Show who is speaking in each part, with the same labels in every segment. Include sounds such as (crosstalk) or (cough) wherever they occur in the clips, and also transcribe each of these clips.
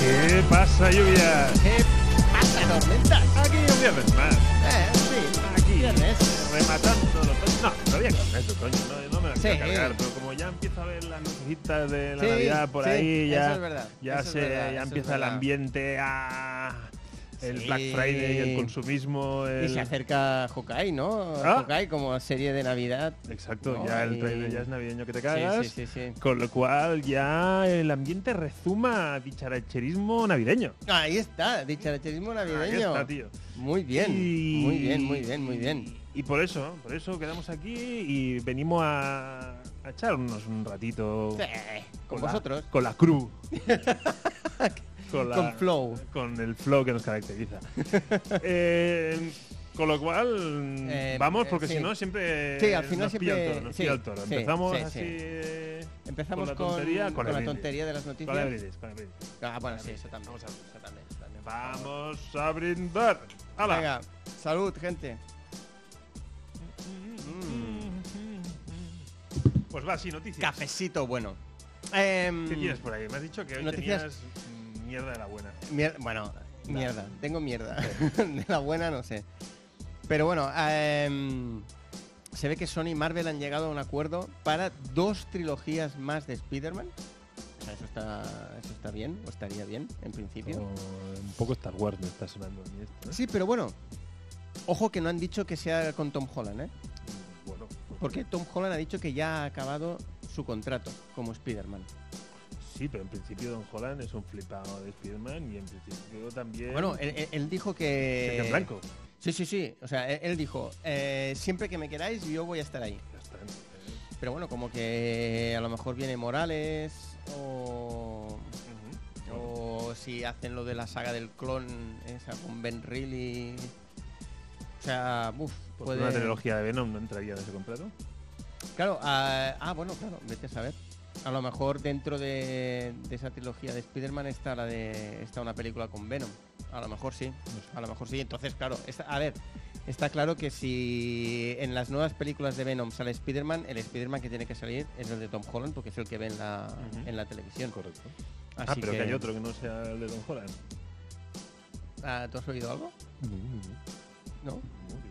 Speaker 1: ¿Qué pasa, lluvia?
Speaker 2: ¿Qué Eh, pasa, tormentas?
Speaker 1: Aquí un viernes más.
Speaker 2: Eh, sí,
Speaker 1: Aquí,
Speaker 2: viernes.
Speaker 1: rematando los otoños. No, todavía con esto, Toño. No, no me la quiero
Speaker 2: Sí.
Speaker 1: cargar, pero como ya empiezo a ver las lucecitas de la
Speaker 2: Sí,
Speaker 1: Navidad por
Speaker 2: sí,
Speaker 1: ahí, ya,
Speaker 2: eso es verdad,
Speaker 1: ya,
Speaker 2: eso es
Speaker 1: se,
Speaker 2: verdad,
Speaker 1: ya
Speaker 2: eso
Speaker 1: empieza
Speaker 2: es
Speaker 1: el
Speaker 2: verdad.
Speaker 1: ambiente a. El
Speaker 2: Sí.
Speaker 1: Black Friday, el consumismo.
Speaker 2: Y
Speaker 1: el-
Speaker 2: se acerca Hawkeye, ¿no?
Speaker 1: Ah.
Speaker 2: Hawkeye como serie de Navidad.
Speaker 1: Exacto,
Speaker 2: No,
Speaker 1: ya el
Speaker 2: y-
Speaker 1: trailer ya es navideño que te cagas.
Speaker 2: Sí, sí, sí, sí.
Speaker 1: Con lo cual ya el ambiente rezuma a dicharacherismo navidecho.
Speaker 2: Ahí está, dicharacherismo
Speaker 1: Ahí
Speaker 2: navideño.
Speaker 1: está, tío.
Speaker 2: Muy bien,
Speaker 1: Y-
Speaker 2: muy bien, muy bien, muy bien.
Speaker 1: Y por eso, por eso quedamos aquí y venimos a, a echarnos un ratito
Speaker 2: Sí, con
Speaker 1: la-
Speaker 2: vosotros.
Speaker 1: con la
Speaker 2: (laughs)
Speaker 1: crew. con,
Speaker 2: Con flow.
Speaker 1: Con el flow que nos
Speaker 2: (laughs)
Speaker 1: caracteriza. Eh, con lo cual,
Speaker 2: Eh,
Speaker 1: vamos,
Speaker 2: eh,
Speaker 1: porque
Speaker 2: sí.
Speaker 1: si no siempre
Speaker 2: Sí, al final
Speaker 1: nos pilla el
Speaker 2: siempre-
Speaker 1: toro, nos
Speaker 2: sí,
Speaker 1: pilla el toro.
Speaker 2: sí,
Speaker 1: Empezamos
Speaker 2: sí,
Speaker 1: así
Speaker 2: sí.
Speaker 1: eh,
Speaker 2: Empezamos
Speaker 1: con la tontería, con, el
Speaker 2: la
Speaker 1: brindis.
Speaker 2: tontería de las
Speaker 1: Con el
Speaker 2: noticias.
Speaker 1: brindis, con el brindis.
Speaker 2: Ah, bueno, sí, eso también.
Speaker 1: Vamos a ver.
Speaker 2: eso también, eso también.
Speaker 1: Vamos a brindar. ¡Hala!
Speaker 2: Venga, salud, gente.
Speaker 1: Pues va, sí, noticias.
Speaker 2: Cafecito bueno. Em,
Speaker 1: ¿Qué tienes por ahí? Me has dicho que hoy
Speaker 2: Noticias.
Speaker 1: tenías mm, mierda de la buena.
Speaker 2: Mier- bueno, mierda, tengo mierda. (laughs) de la buena no sé. Pero bueno, em, se ve que Sony y Marvel han llegado a un acuerdo para dos trilogías más de Spider-Man. O sea, eso está, eso está bien, o estaría bien, en principio.
Speaker 1: un poco Star Wars me está sonando a mí esto, ¿eh?
Speaker 2: Sí, pero bueno, ojo que no han dicho que sea con Tom Holland, ¿eh?
Speaker 1: Bueno, pues-
Speaker 2: Porque Tom Holland ha dicho que ya ha acabado su contrato como Spider-Man.
Speaker 1: Sí, pero en principio Don Holland es un flipado de Spider-Man y en principio también.
Speaker 2: Bueno, eh, él, él- él dijo que...
Speaker 1: cheque en blanco.
Speaker 2: Sí, sí, sí. O sea, él, él dijo, eh, siempre que me queráis yo voy a estar ahí.
Speaker 1: Ya está, ¿eh?
Speaker 2: Pero bueno, como que a lo mejor viene Morales o,
Speaker 1: Ujú.
Speaker 2: o si hacen lo de la saga del clon esa con Ben Reilly. O sea, uff,
Speaker 1: Pues
Speaker 2: puede...
Speaker 1: Una trilogía de Venom no entraría en ese contrato.
Speaker 2: Claro, ah, ah, bueno, claro, vete a saber. A lo mejor dentro de, de esa trilogía de Spider-Man está, la de, está una película con Venom. A lo mejor sí,
Speaker 1: No sé.
Speaker 2: a lo mejor sí. Entonces, claro, está- a ver, está claro que si en las nuevas películas de Venom sale Spider-Man, el Spider-Man que tiene que salir es el de Tom Holland porque es el que ve en la,
Speaker 1: Ujú.
Speaker 2: en la televisión.
Speaker 1: Correcto. ah,
Speaker 2: Así
Speaker 1: pero que... hay otro que no sea el de Don Holland.
Speaker 2: Ah, ¿Tú has oído algo? ¿No?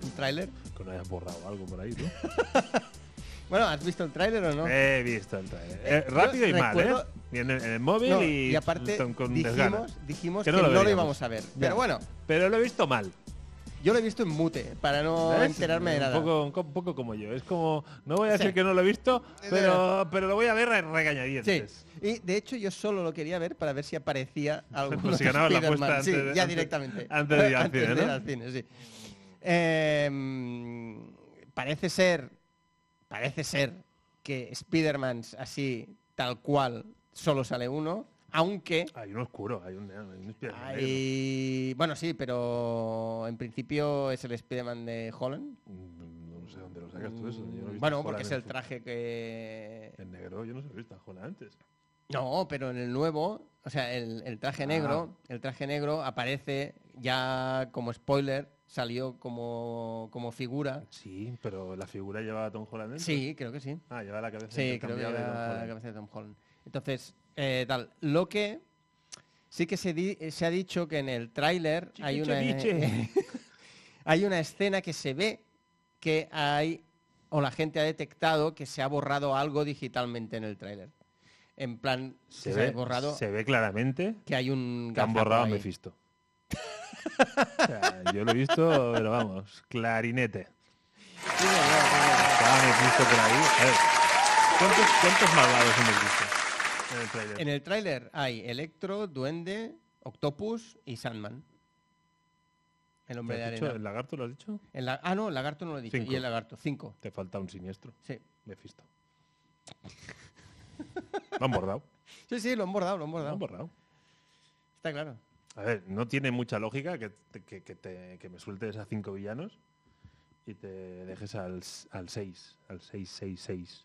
Speaker 2: ¿Un tráiler?
Speaker 1: Que no hayas borrado algo por ahí, ¿no?
Speaker 2: Bueno, ¿has visto el tráiler o no?
Speaker 1: He visto el trailer.
Speaker 2: Eh, yo
Speaker 1: rápido y mal, ¿eh?
Speaker 2: recuerdo-
Speaker 1: Y en, el, en el móvil
Speaker 2: No,
Speaker 1: y,
Speaker 2: y aparte
Speaker 1: con, con desgana.
Speaker 2: dijimos, dijimos
Speaker 1: Que
Speaker 2: que
Speaker 1: no
Speaker 2: no,
Speaker 1: lo
Speaker 2: lo,
Speaker 1: veríamos.
Speaker 2: íbamos a ver.
Speaker 1: Ya.
Speaker 2: Pero bueno,
Speaker 1: Pero lo he visto mal.
Speaker 2: yo lo he visto en mute para no
Speaker 1: ¿ves?
Speaker 2: enterarme de
Speaker 1: un
Speaker 2: nada.
Speaker 1: Poco, un co- un poco como yo. Es como, no voy a
Speaker 2: Sí.
Speaker 1: decir que no lo he visto,
Speaker 2: De
Speaker 1: pero, pero lo voy a ver a
Speaker 2: Sí.
Speaker 1: regañadientes.
Speaker 2: Y de hecho yo solo lo quería ver para ver
Speaker 1: (laughs)
Speaker 2: si aparecía algún
Speaker 1: Por Pues si ganabas la
Speaker 2: Spider-Man.
Speaker 1: apuesta
Speaker 2: Sí,
Speaker 1: antes de-
Speaker 2: ya
Speaker 1: antes-
Speaker 2: directamente.
Speaker 1: antes de ir al cine,
Speaker 2: de
Speaker 1: ¿no?
Speaker 2: al cine, sí. Eh, parece ser, parece ser que Spider-Man así, tal cual, solo sale uno, aunque...
Speaker 1: Hay un oscuro, hay un, neón, hay un espiral negro.
Speaker 2: hay- bueno, sí, pero en principio es el Spider-Man de Holland. Mm,
Speaker 1: Mm, No sé dónde lo sacas tú eso. Yo no he visto a
Speaker 2: bueno,
Speaker 1: Holland
Speaker 2: porque es
Speaker 1: en
Speaker 2: el
Speaker 1: su-
Speaker 2: traje que...
Speaker 1: En negro yo no sé he visto a Holland antes.
Speaker 2: No, pero en el nuevo, o sea, el, el traje
Speaker 1: Ah.
Speaker 2: negro, el traje negro aparece ya como spoiler, salió como, como figura.
Speaker 1: Sí, pero la figura lleva a Tom Holland dentro.
Speaker 2: Sí, creo que sí.
Speaker 1: Ah, lleva la cabeza
Speaker 2: Sí, creo que
Speaker 1: intercambiable de Tom
Speaker 2: era la
Speaker 1: Holland.
Speaker 2: cabeza de Tom Holland. Entonces, eh, tal, lo que sí que se, di- eh, se ha dicho que en el tráiler
Speaker 1: Chiquiche,
Speaker 2: hay una
Speaker 1: biche.
Speaker 2: (laughs) hay una escena que se ve que hay o la gente ha detectado que se ha borrado algo digitalmente en el tráiler. En plan,
Speaker 1: Se,
Speaker 2: que
Speaker 1: ve,
Speaker 2: ha borrado
Speaker 1: se ve claramente
Speaker 2: que hay un
Speaker 1: que han
Speaker 2: gazapo
Speaker 1: borrado a
Speaker 2: ahí.
Speaker 1: Mephisto. (laughs) O sea, yo lo he visto, pero vamos, clarinete.
Speaker 2: Sí, señor, sí, señor.
Speaker 1: Estaba Mephisto por ahí. A ver, ¿cuántos, cuántos malvados hemos visto en el trailer?
Speaker 2: En el tráiler hay Electro, Duende, Octopus y Sandman. El
Speaker 1: ¿Lo
Speaker 2: hombre
Speaker 1: has
Speaker 2: de
Speaker 1: dicho?
Speaker 2: arena.
Speaker 1: ¿El lagarto lo has dicho?
Speaker 2: El la- Ah, no, el lagarto no lo he dicho.
Speaker 1: Cinco.
Speaker 2: Y el lagarto, cinco.
Speaker 1: Te falta un siniestro.
Speaker 2: Sí.
Speaker 1: Mephisto. Lo han bordado.
Speaker 2: sí, sí, lo han bordado, lo han
Speaker 1: Lo
Speaker 2: bordado.
Speaker 1: han bordado.
Speaker 2: Está claro.
Speaker 1: A ver, no tiene mucha lógica que, te- que- que te- que me sueltes a cinco villanos y te dejes al 6, al 6, al 666,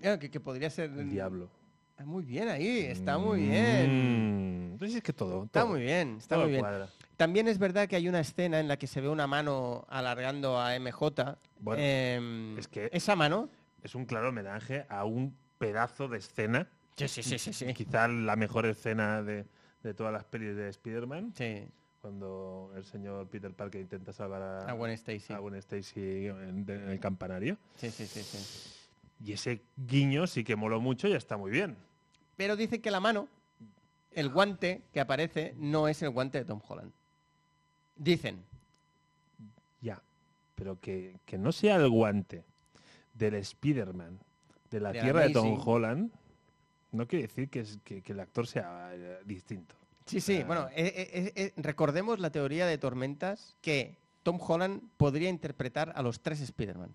Speaker 2: Claro, que, que podría ser...
Speaker 1: el diablo.
Speaker 2: Ah, muy bien ahí, está muy bien.
Speaker 1: Mm, Entonces es que todo.
Speaker 2: Está
Speaker 1: todo,
Speaker 2: muy bien, está
Speaker 1: todo
Speaker 2: muy bien.
Speaker 1: cuadra.
Speaker 2: También es verdad que hay una escena en la que se ve una mano alargando a MJ.
Speaker 1: Bueno,
Speaker 2: Em,
Speaker 1: es que-
Speaker 2: Esa mano...
Speaker 1: Es un claro homenaje a un pedazo de escena,
Speaker 2: Sí, sí,
Speaker 1: (laughs)
Speaker 2: sí, sí, sí.
Speaker 1: quizá la mejor escena de, de todas las pelis de Spider-Man,
Speaker 2: Sí,
Speaker 1: cuando el señor Peter Parker intenta salvar a,
Speaker 2: a Gwen Stacy.
Speaker 1: a Gwen Stacy en- en el campanario.
Speaker 2: Sí, sí, sí, sí.
Speaker 1: Y ese guiño sí que moló mucho y está muy bien.
Speaker 2: Pero dicen que la mano, el guante que aparece, no es el guante de Tom Holland. Dicen.
Speaker 1: Ya. Pero que, que no sea el guante del Spider-Man de la
Speaker 2: De
Speaker 1: tierra de Tom
Speaker 2: Amazing.
Speaker 1: Holland, no quiere decir que, es- que- que el actor sea eh, distinto.
Speaker 2: Sí, sí,
Speaker 1: Ah.
Speaker 2: bueno, eh, eh, eh, eh, recordemos la teoría de tormentas que Tom Holland podría interpretar a los tres Spider-Man.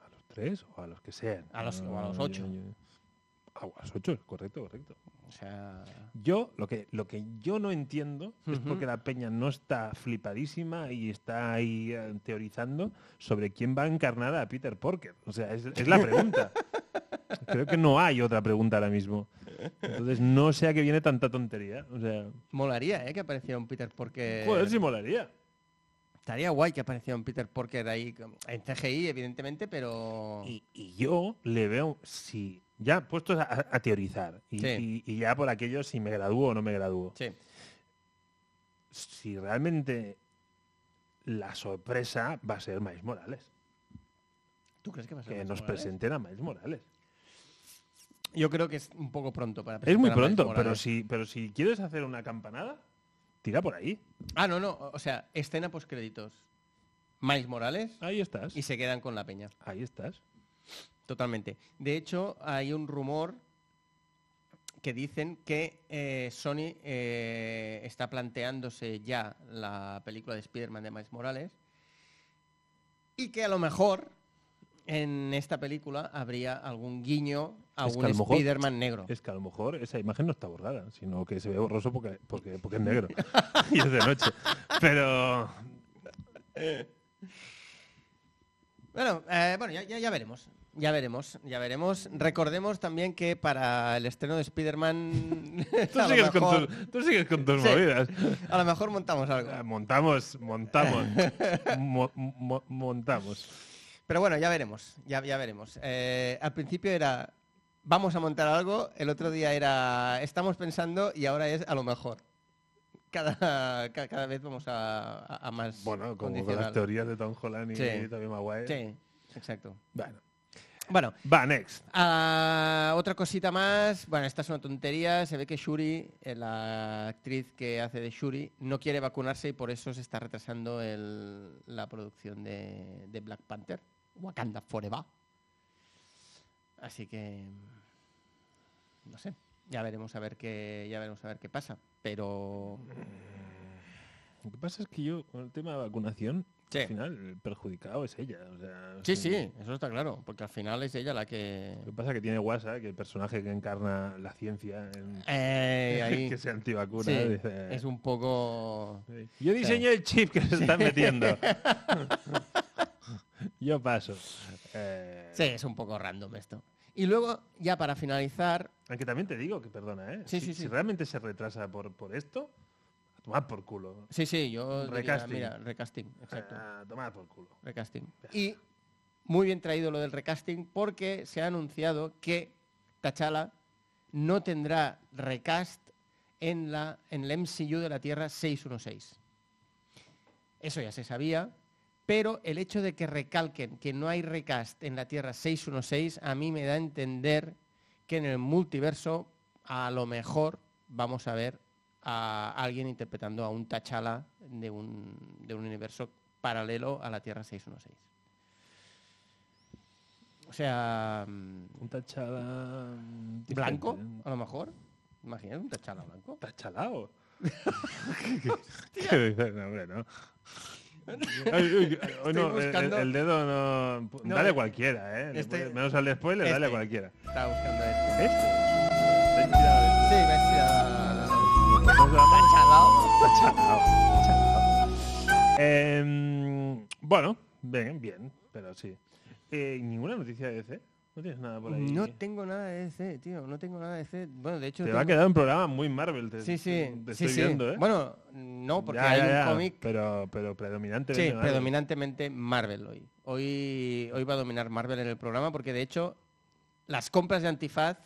Speaker 1: A los tres o a los que sean.
Speaker 2: A los- o a los
Speaker 1: yo-
Speaker 2: ocho.
Speaker 1: yo- ah, o a los ocho, correcto, correcto.
Speaker 2: O sea,
Speaker 1: Yo lo que lo que yo no entiendo es
Speaker 2: Ujú.
Speaker 1: porque la peña no está flipadísima y está ahí eh, teorizando sobre quién va a encarnar a Peter Porker. O sea, es, es la
Speaker 2: (laughs)
Speaker 1: pregunta. Creo que no hay otra pregunta ahora mismo. Entonces no sé a qué viene tanta tontería. O sea,
Speaker 2: molaría, ¿eh? Que apareciera un Peter Porker.
Speaker 1: joder, sí molaría.
Speaker 2: Estaría guay que apareciera un Peter Porker ahí como- en CGI, evidentemente, pero
Speaker 1: Y, y yo le veo, si ya puestos a, a- a teorizar y,
Speaker 2: Sí.
Speaker 1: y- y ya por aquello si me gradúo o no me gradúo.
Speaker 2: sí,
Speaker 1: si realmente la sorpresa va a ser Miles Morales.
Speaker 2: ¿tú crees que va a ser
Speaker 1: que
Speaker 2: Miles
Speaker 1: nos
Speaker 2: Morales?
Speaker 1: presenten a Miles Morales.
Speaker 2: Yo creo que es un poco pronto para
Speaker 1: Es muy
Speaker 2: presentar a Miles
Speaker 1: pronto, pero
Speaker 2: Morales.
Speaker 1: si, pero si quieres hacer una campanada, tira por ahí.
Speaker 2: Ah, no, no, o sea, escena post créditos. Miles Morales
Speaker 1: Ahí estás.
Speaker 2: y se quedan con la peña.
Speaker 1: Ahí estás.
Speaker 2: Totalmente. De hecho, hay un rumor que dicen que eh, Sony eh, está planteándose ya la película de Spider-Man de Miles Morales y que a lo mejor en esta película habría algún guiño a
Speaker 1: Es que
Speaker 2: un
Speaker 1: a lo mejor
Speaker 2: Spider-Man negro.
Speaker 1: Es que a lo mejor esa imagen no está borrada, sino que se ve borroso porque, porque, porque es
Speaker 2: (laughs)
Speaker 1: negro. (laughs) y es de noche. Pero
Speaker 2: Bueno, eh, bueno ya, ya- ya veremos. Ya veremos, ya veremos. Recordemos también que para el estreno de Spider-Man...
Speaker 1: (laughs) tú
Speaker 2: (laughs) a lo
Speaker 1: sigues, con
Speaker 2: mejor-
Speaker 1: tus, tú sigues con tus
Speaker 2: Sí.
Speaker 1: movidas.
Speaker 2: A lo mejor montamos algo.
Speaker 1: Ah, Montamos, montamos.
Speaker 2: (laughs)
Speaker 1: Mo- mo- montamos.
Speaker 2: Pero bueno, ya veremos, ya, ya veremos. Eh, al principio era vamos a montar algo, el otro día era estamos pensando y ahora es a lo mejor. Cada, ca- cada, vez vamos a, a- a más
Speaker 1: Bueno, como con las
Speaker 2: condicional.
Speaker 1: teorías de Tom Holland y,
Speaker 2: Sí.
Speaker 1: Tobey Maguire.
Speaker 2: Sí, exacto.
Speaker 1: Bueno,
Speaker 2: Bueno,
Speaker 1: va, next.
Speaker 2: ah, otra cosita más. Bueno, esta es una tontería. Se ve que Shuri, eh, la actriz que hace de Shuri, no quiere vacunarse y por eso se está retrasando el- la producción de, de Black Panther, Wakanda Forever. Así que mm, no sé, ya veremos a ver qué ya veremos a ver qué pasa, pero
Speaker 1: Lo que pasa es que yo, con el tema de vacunación,
Speaker 2: Sí.
Speaker 1: al final el perjudicado es ella. o sea,
Speaker 2: sí,
Speaker 1: es un-
Speaker 2: sí, eso está claro, porque al final es ella
Speaker 1: (laughs)
Speaker 2: la que
Speaker 1: Lo que pasa es que tiene WhatsApp, que el personaje que encarna la ciencia, en, (laughs)
Speaker 2: Eh, ahí
Speaker 1: que se antivacuna,
Speaker 2: sí,
Speaker 1: dice,
Speaker 2: es un poco
Speaker 1: "Sí, Yo diseñé el chip que se están
Speaker 2: (laughs)
Speaker 1: metiendo. yo paso. Eh,
Speaker 2: Sí, es un poco random esto. Y luego, ya para finalizar,
Speaker 1: Aunque también te digo que, perdona, ¿eh?
Speaker 2: Sí,
Speaker 1: si,
Speaker 2: sí, sí.
Speaker 1: si realmente se retrasa por, por esto, a tomar por culo.
Speaker 2: sí, sí, yo diría,
Speaker 1: Recasting.
Speaker 2: mira, recasting, exacto,
Speaker 1: A tomar por culo.
Speaker 2: recasting. Y muy bien traído lo del recasting porque se ha anunciado que T'Challa no tendrá recast en la en el MCU de la Tierra 616. Eso ya se sabía, pero el hecho de que recalquen que no hay recast en la Tierra 616 a mí me da a entender que en el multiverso a lo mejor vamos a ver a alguien interpretando a un T'Challa de un, de un universo paralelo a la Tierra 616. O sea, mm,
Speaker 1: Un tachada... mm,
Speaker 2: blanco,
Speaker 1: diferente, ¿eh?
Speaker 2: a lo mejor. Imagínate un
Speaker 1: (laughs)
Speaker 2: T'Challa blanco. (laughs)
Speaker 1: ¿Estás chalao? ¿Qué dices? No, hombre, no. Ay, uy, hoy no, el- el,
Speaker 2: buscando-
Speaker 1: el dedo no...
Speaker 2: No,
Speaker 1: Dale a
Speaker 2: eh,
Speaker 1: cualquiera, ¿eh? Le
Speaker 2: este-
Speaker 1: puede- menos al spoiler, dale a
Speaker 2: este.
Speaker 1: cualquiera.
Speaker 2: Estaba buscando esto.
Speaker 1: Este.
Speaker 2: Sí, me has tirado-
Speaker 1: Vamos a-
Speaker 2: Chalao.
Speaker 1: Em, bueno, bien, bien, pero sí. Eh, ¿Ninguna noticia de DC? ¿No tienes nada por ahí?
Speaker 2: No tengo nada de DC, tío. No tengo nada de DC. Bueno, de hecho...
Speaker 1: Te va a
Speaker 2: tengo-
Speaker 1: quedar un programa muy Marvel. Te,
Speaker 2: Sí, sí.
Speaker 1: te
Speaker 2: sí,
Speaker 1: estoy
Speaker 2: sí.
Speaker 1: viendo, ¿eh?
Speaker 2: Bueno, no, porque
Speaker 1: Ya,
Speaker 2: hay
Speaker 1: ya, ya, ¿eh?
Speaker 2: un cómic...
Speaker 1: Pero, pero predominante.
Speaker 2: Sí, predominantemente Marvel hoy. hoy. Hoy va a dominar Marvel en el programa porque, de hecho, las compras de Antifaz,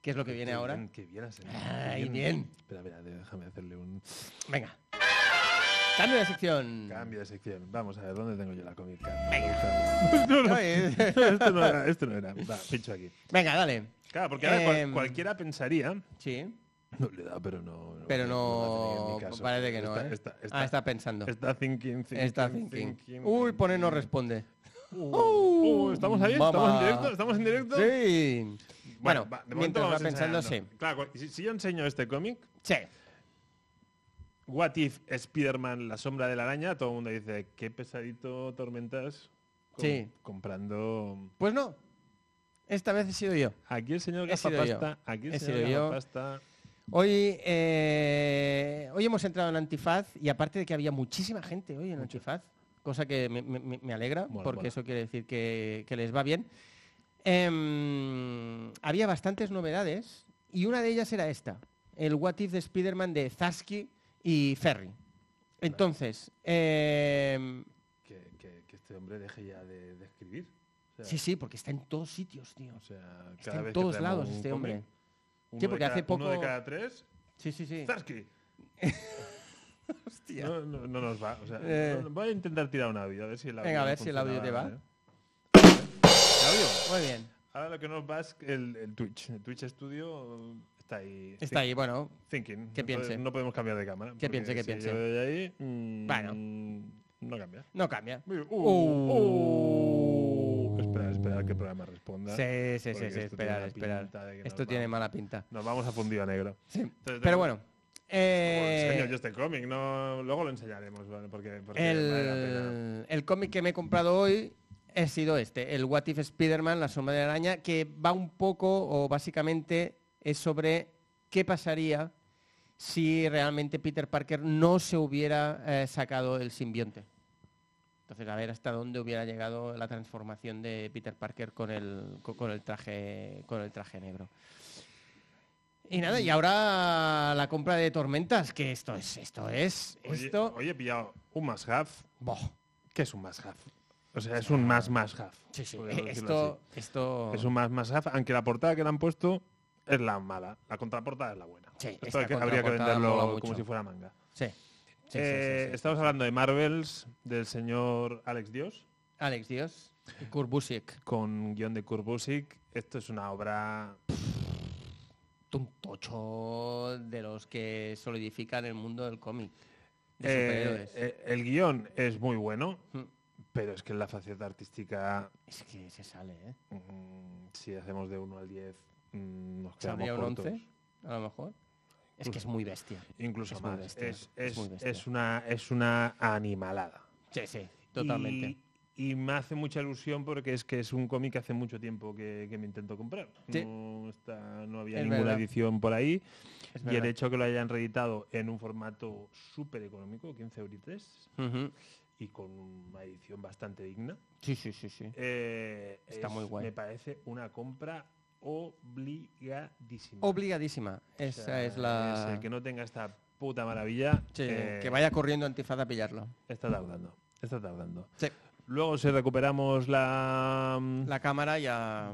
Speaker 2: que es lo que viene ahora...
Speaker 1: Que bien, has hecho,
Speaker 2: Ay,
Speaker 1: qué
Speaker 2: bien.
Speaker 1: Espera, espera, déjame hacerle un
Speaker 2: Venga. Cambio de sección.
Speaker 1: cambio de sección. Vamos a ver, ¿dónde tengo yo la comic? Venga.
Speaker 2: Ay, (laughs)
Speaker 1: esto no era, esto no era. Va, pincho aquí.
Speaker 2: Venga, dale.
Speaker 1: Claro, porque ahora cual-
Speaker 2: Em.
Speaker 1: cualquiera pensaría...
Speaker 2: Sí.
Speaker 1: No le da, pero no... no- va
Speaker 2: Pero
Speaker 1: a
Speaker 2: no...
Speaker 1: tener en mi caso.
Speaker 2: Parece que no,
Speaker 1: Está-
Speaker 2: ¿eh?
Speaker 1: está- está-
Speaker 2: Ah, está pensando.
Speaker 1: Está thinking, thinking,
Speaker 2: Está thinking. Uy, pone no responde.
Speaker 1: Uh, ¿Estamos ahí? ¿Estamos en
Speaker 2: Mama.
Speaker 1: directo? ¿Estamos en directo?
Speaker 2: Sí. Bueno,
Speaker 1: va, de momento
Speaker 2: mientras va
Speaker 1: vamos
Speaker 2: pensando,
Speaker 1: ensayando.
Speaker 2: sí.
Speaker 1: Claro, cu- si, si yo enseño este cómic,
Speaker 2: Sí.
Speaker 1: What If Spider-Man, la sombra de la araña, todo el mundo dice, qué pesadito tormentas com-
Speaker 2: Sí.
Speaker 1: comprando...
Speaker 2: Pues no. Esta vez he sido yo.
Speaker 1: Aquí el señor
Speaker 2: He sido yo.
Speaker 1: Gafapasta, aquí el
Speaker 2: He
Speaker 1: señor
Speaker 2: sido yo.
Speaker 1: Gafapasta...
Speaker 2: Hoy, eh, hoy hemos entrado en Antifaz y aparte de que había muchísima gente hoy en Antifaz, cosa que me, me- me alegra
Speaker 1: Mola,
Speaker 2: porque
Speaker 1: mola.
Speaker 2: eso quiere decir que, que les va bien, Em, había bastantes novedades y una de ellas era esta, el What If de Spider-Man de Zasky y Ferry. Entonces, em,
Speaker 1: Que, que- que este hombre deje ya de, de escribir. O sea,
Speaker 2: sí, sí, porque está en todos sitios, tío.
Speaker 1: o sea, cada
Speaker 2: Está en
Speaker 1: vez que
Speaker 2: todos
Speaker 1: traemos
Speaker 2: lados
Speaker 1: un
Speaker 2: este
Speaker 1: cómic,
Speaker 2: hombre.
Speaker 1: uno
Speaker 2: Sí,
Speaker 1: de
Speaker 2: porque hace
Speaker 1: cada- Uno de
Speaker 2: poco-
Speaker 1: cada tres...
Speaker 2: Sí, sí, sí.
Speaker 1: Zarsky.
Speaker 2: (laughs) Hostia.
Speaker 1: No, no- no nos va. O sea,
Speaker 2: Eh.
Speaker 1: no- voy a intentar tirar un audio, a ver si el audio.
Speaker 2: Venga, a
Speaker 1: no
Speaker 2: ver si el audio te
Speaker 1: funciona
Speaker 2: va.
Speaker 1: ahora, ¿eh? ¿El audio?
Speaker 2: Muy bien.
Speaker 1: Ahora lo que nos va es el, el Twitch. El Twitch Studio eh, está ahí.
Speaker 2: Está
Speaker 1: thi-
Speaker 2: ahí, bueno,
Speaker 1: Thinking.
Speaker 2: Que piense.
Speaker 1: Entonces, No podemos cambiar de cámara.
Speaker 2: Que piense,
Speaker 1: porque
Speaker 2: que
Speaker 1: si
Speaker 2: piense.
Speaker 1: yo doy ahí, mm, No cambia.
Speaker 2: no cambia.
Speaker 1: Muy bien. Uh,
Speaker 2: Uh.
Speaker 1: uh. Espera, espera que el programa responda.
Speaker 2: Sí, sí,
Speaker 1: porque
Speaker 2: sí, sí,
Speaker 1: esto tiene
Speaker 2: esperar,
Speaker 1: una
Speaker 2: esperar.
Speaker 1: pinta de que
Speaker 2: Esto
Speaker 1: nos
Speaker 2: tiene
Speaker 1: va-
Speaker 2: mala pinta.
Speaker 1: Nos vamos a fundido a negro. Entonces,
Speaker 2: Pero
Speaker 1: tenemos-
Speaker 2: bueno.
Speaker 1: Bueno,
Speaker 2: eh,
Speaker 1: enseño yo este cómic, no, luego lo enseñaremos, ¿vale? porque, porque vale la pena.
Speaker 2: el, el cómic que me he comprado hoy ha sido este, el What If Spider-Man, la sombra de la araña, que va un poco o básicamente es sobre qué pasaría si realmente Peter Parker no se hubiera eh, sacado el simbionte. Entonces, a ver hasta dónde hubiera llegado la transformación de Peter Parker con el, co- con el, traje, con el traje negro. Y nada, y ahora la compra de tormentas, que esto es, esto es,
Speaker 1: Oye,
Speaker 2: esto...
Speaker 1: hoy he pillado un más have.
Speaker 2: Boh.
Speaker 1: ¿Qué es un más have? O sea, es
Speaker 2: Ah.
Speaker 1: un más más have.
Speaker 2: Sí, sí.
Speaker 1: podríamos decirlo
Speaker 2: Esto, esto.
Speaker 1: así. Es un más más have, aunque la portada que le han puesto es la mala. La contraportada es la buena.
Speaker 2: Sí,
Speaker 1: Esto
Speaker 2: esta
Speaker 1: hay que- habría que
Speaker 2: contraportada mola
Speaker 1: venderlo
Speaker 2: mucho.
Speaker 1: como si fuera manga.
Speaker 2: Sí. Sí, sí,
Speaker 1: Eh,
Speaker 2: sí, sí,
Speaker 1: estamos
Speaker 2: sí.
Speaker 1: hablando de Marvels, del señor Alex Dios,
Speaker 2: Alex Dios, Kurbusiek,
Speaker 1: con guión de Kurt Busiek. Esto es una obra...
Speaker 2: un tocho de los que solidifican el mundo del cómic. De
Speaker 1: Eh,
Speaker 2: superhéroes.
Speaker 1: eh, el guión es muy bueno,
Speaker 2: Mm.
Speaker 1: pero es que en la faceta artística
Speaker 2: Es que se sale, ¿eh?
Speaker 1: Mm, si hacemos de 1 al 10, mm, nos quedamos
Speaker 2: ¿Saldría un
Speaker 1: cortos.
Speaker 2: 11? A lo mejor. Es que es muy bestia.
Speaker 1: Incluso
Speaker 2: Es muy
Speaker 1: más.
Speaker 2: bestia,
Speaker 1: es,
Speaker 2: es
Speaker 1: es-
Speaker 2: muy bestia.
Speaker 1: es una, es una animalada.
Speaker 2: Sí, sí, totalmente.
Speaker 1: Y, y me hace mucha ilusión porque es que es un cómic que hace mucho tiempo que, que me intento comprar.
Speaker 2: Sí.
Speaker 1: No, está- no había
Speaker 2: Es
Speaker 1: ninguna
Speaker 2: verdad.
Speaker 1: edición por ahí.
Speaker 2: Es
Speaker 1: Y el
Speaker 2: verdad.
Speaker 1: hecho que lo hayan reeditado en un formato súper económico, 15 euritos,
Speaker 2: Ujú.
Speaker 1: y con una edición bastante digna,
Speaker 2: Sí, sí, sí, sí.
Speaker 1: eh,
Speaker 2: Está
Speaker 1: es-
Speaker 2: muy guay.
Speaker 1: Me parece una compra obligadísima.
Speaker 2: Obligadísima. Esa
Speaker 1: O sea,
Speaker 2: es la.
Speaker 1: el que no tenga esta puta maravilla.
Speaker 2: Sí,
Speaker 1: eh,
Speaker 2: que vaya corriendo antifaz a pillarlo.
Speaker 1: Está tardando. Está tardando.
Speaker 2: Sí.
Speaker 1: Luego si recuperamos la. mm,
Speaker 2: La cámara ya,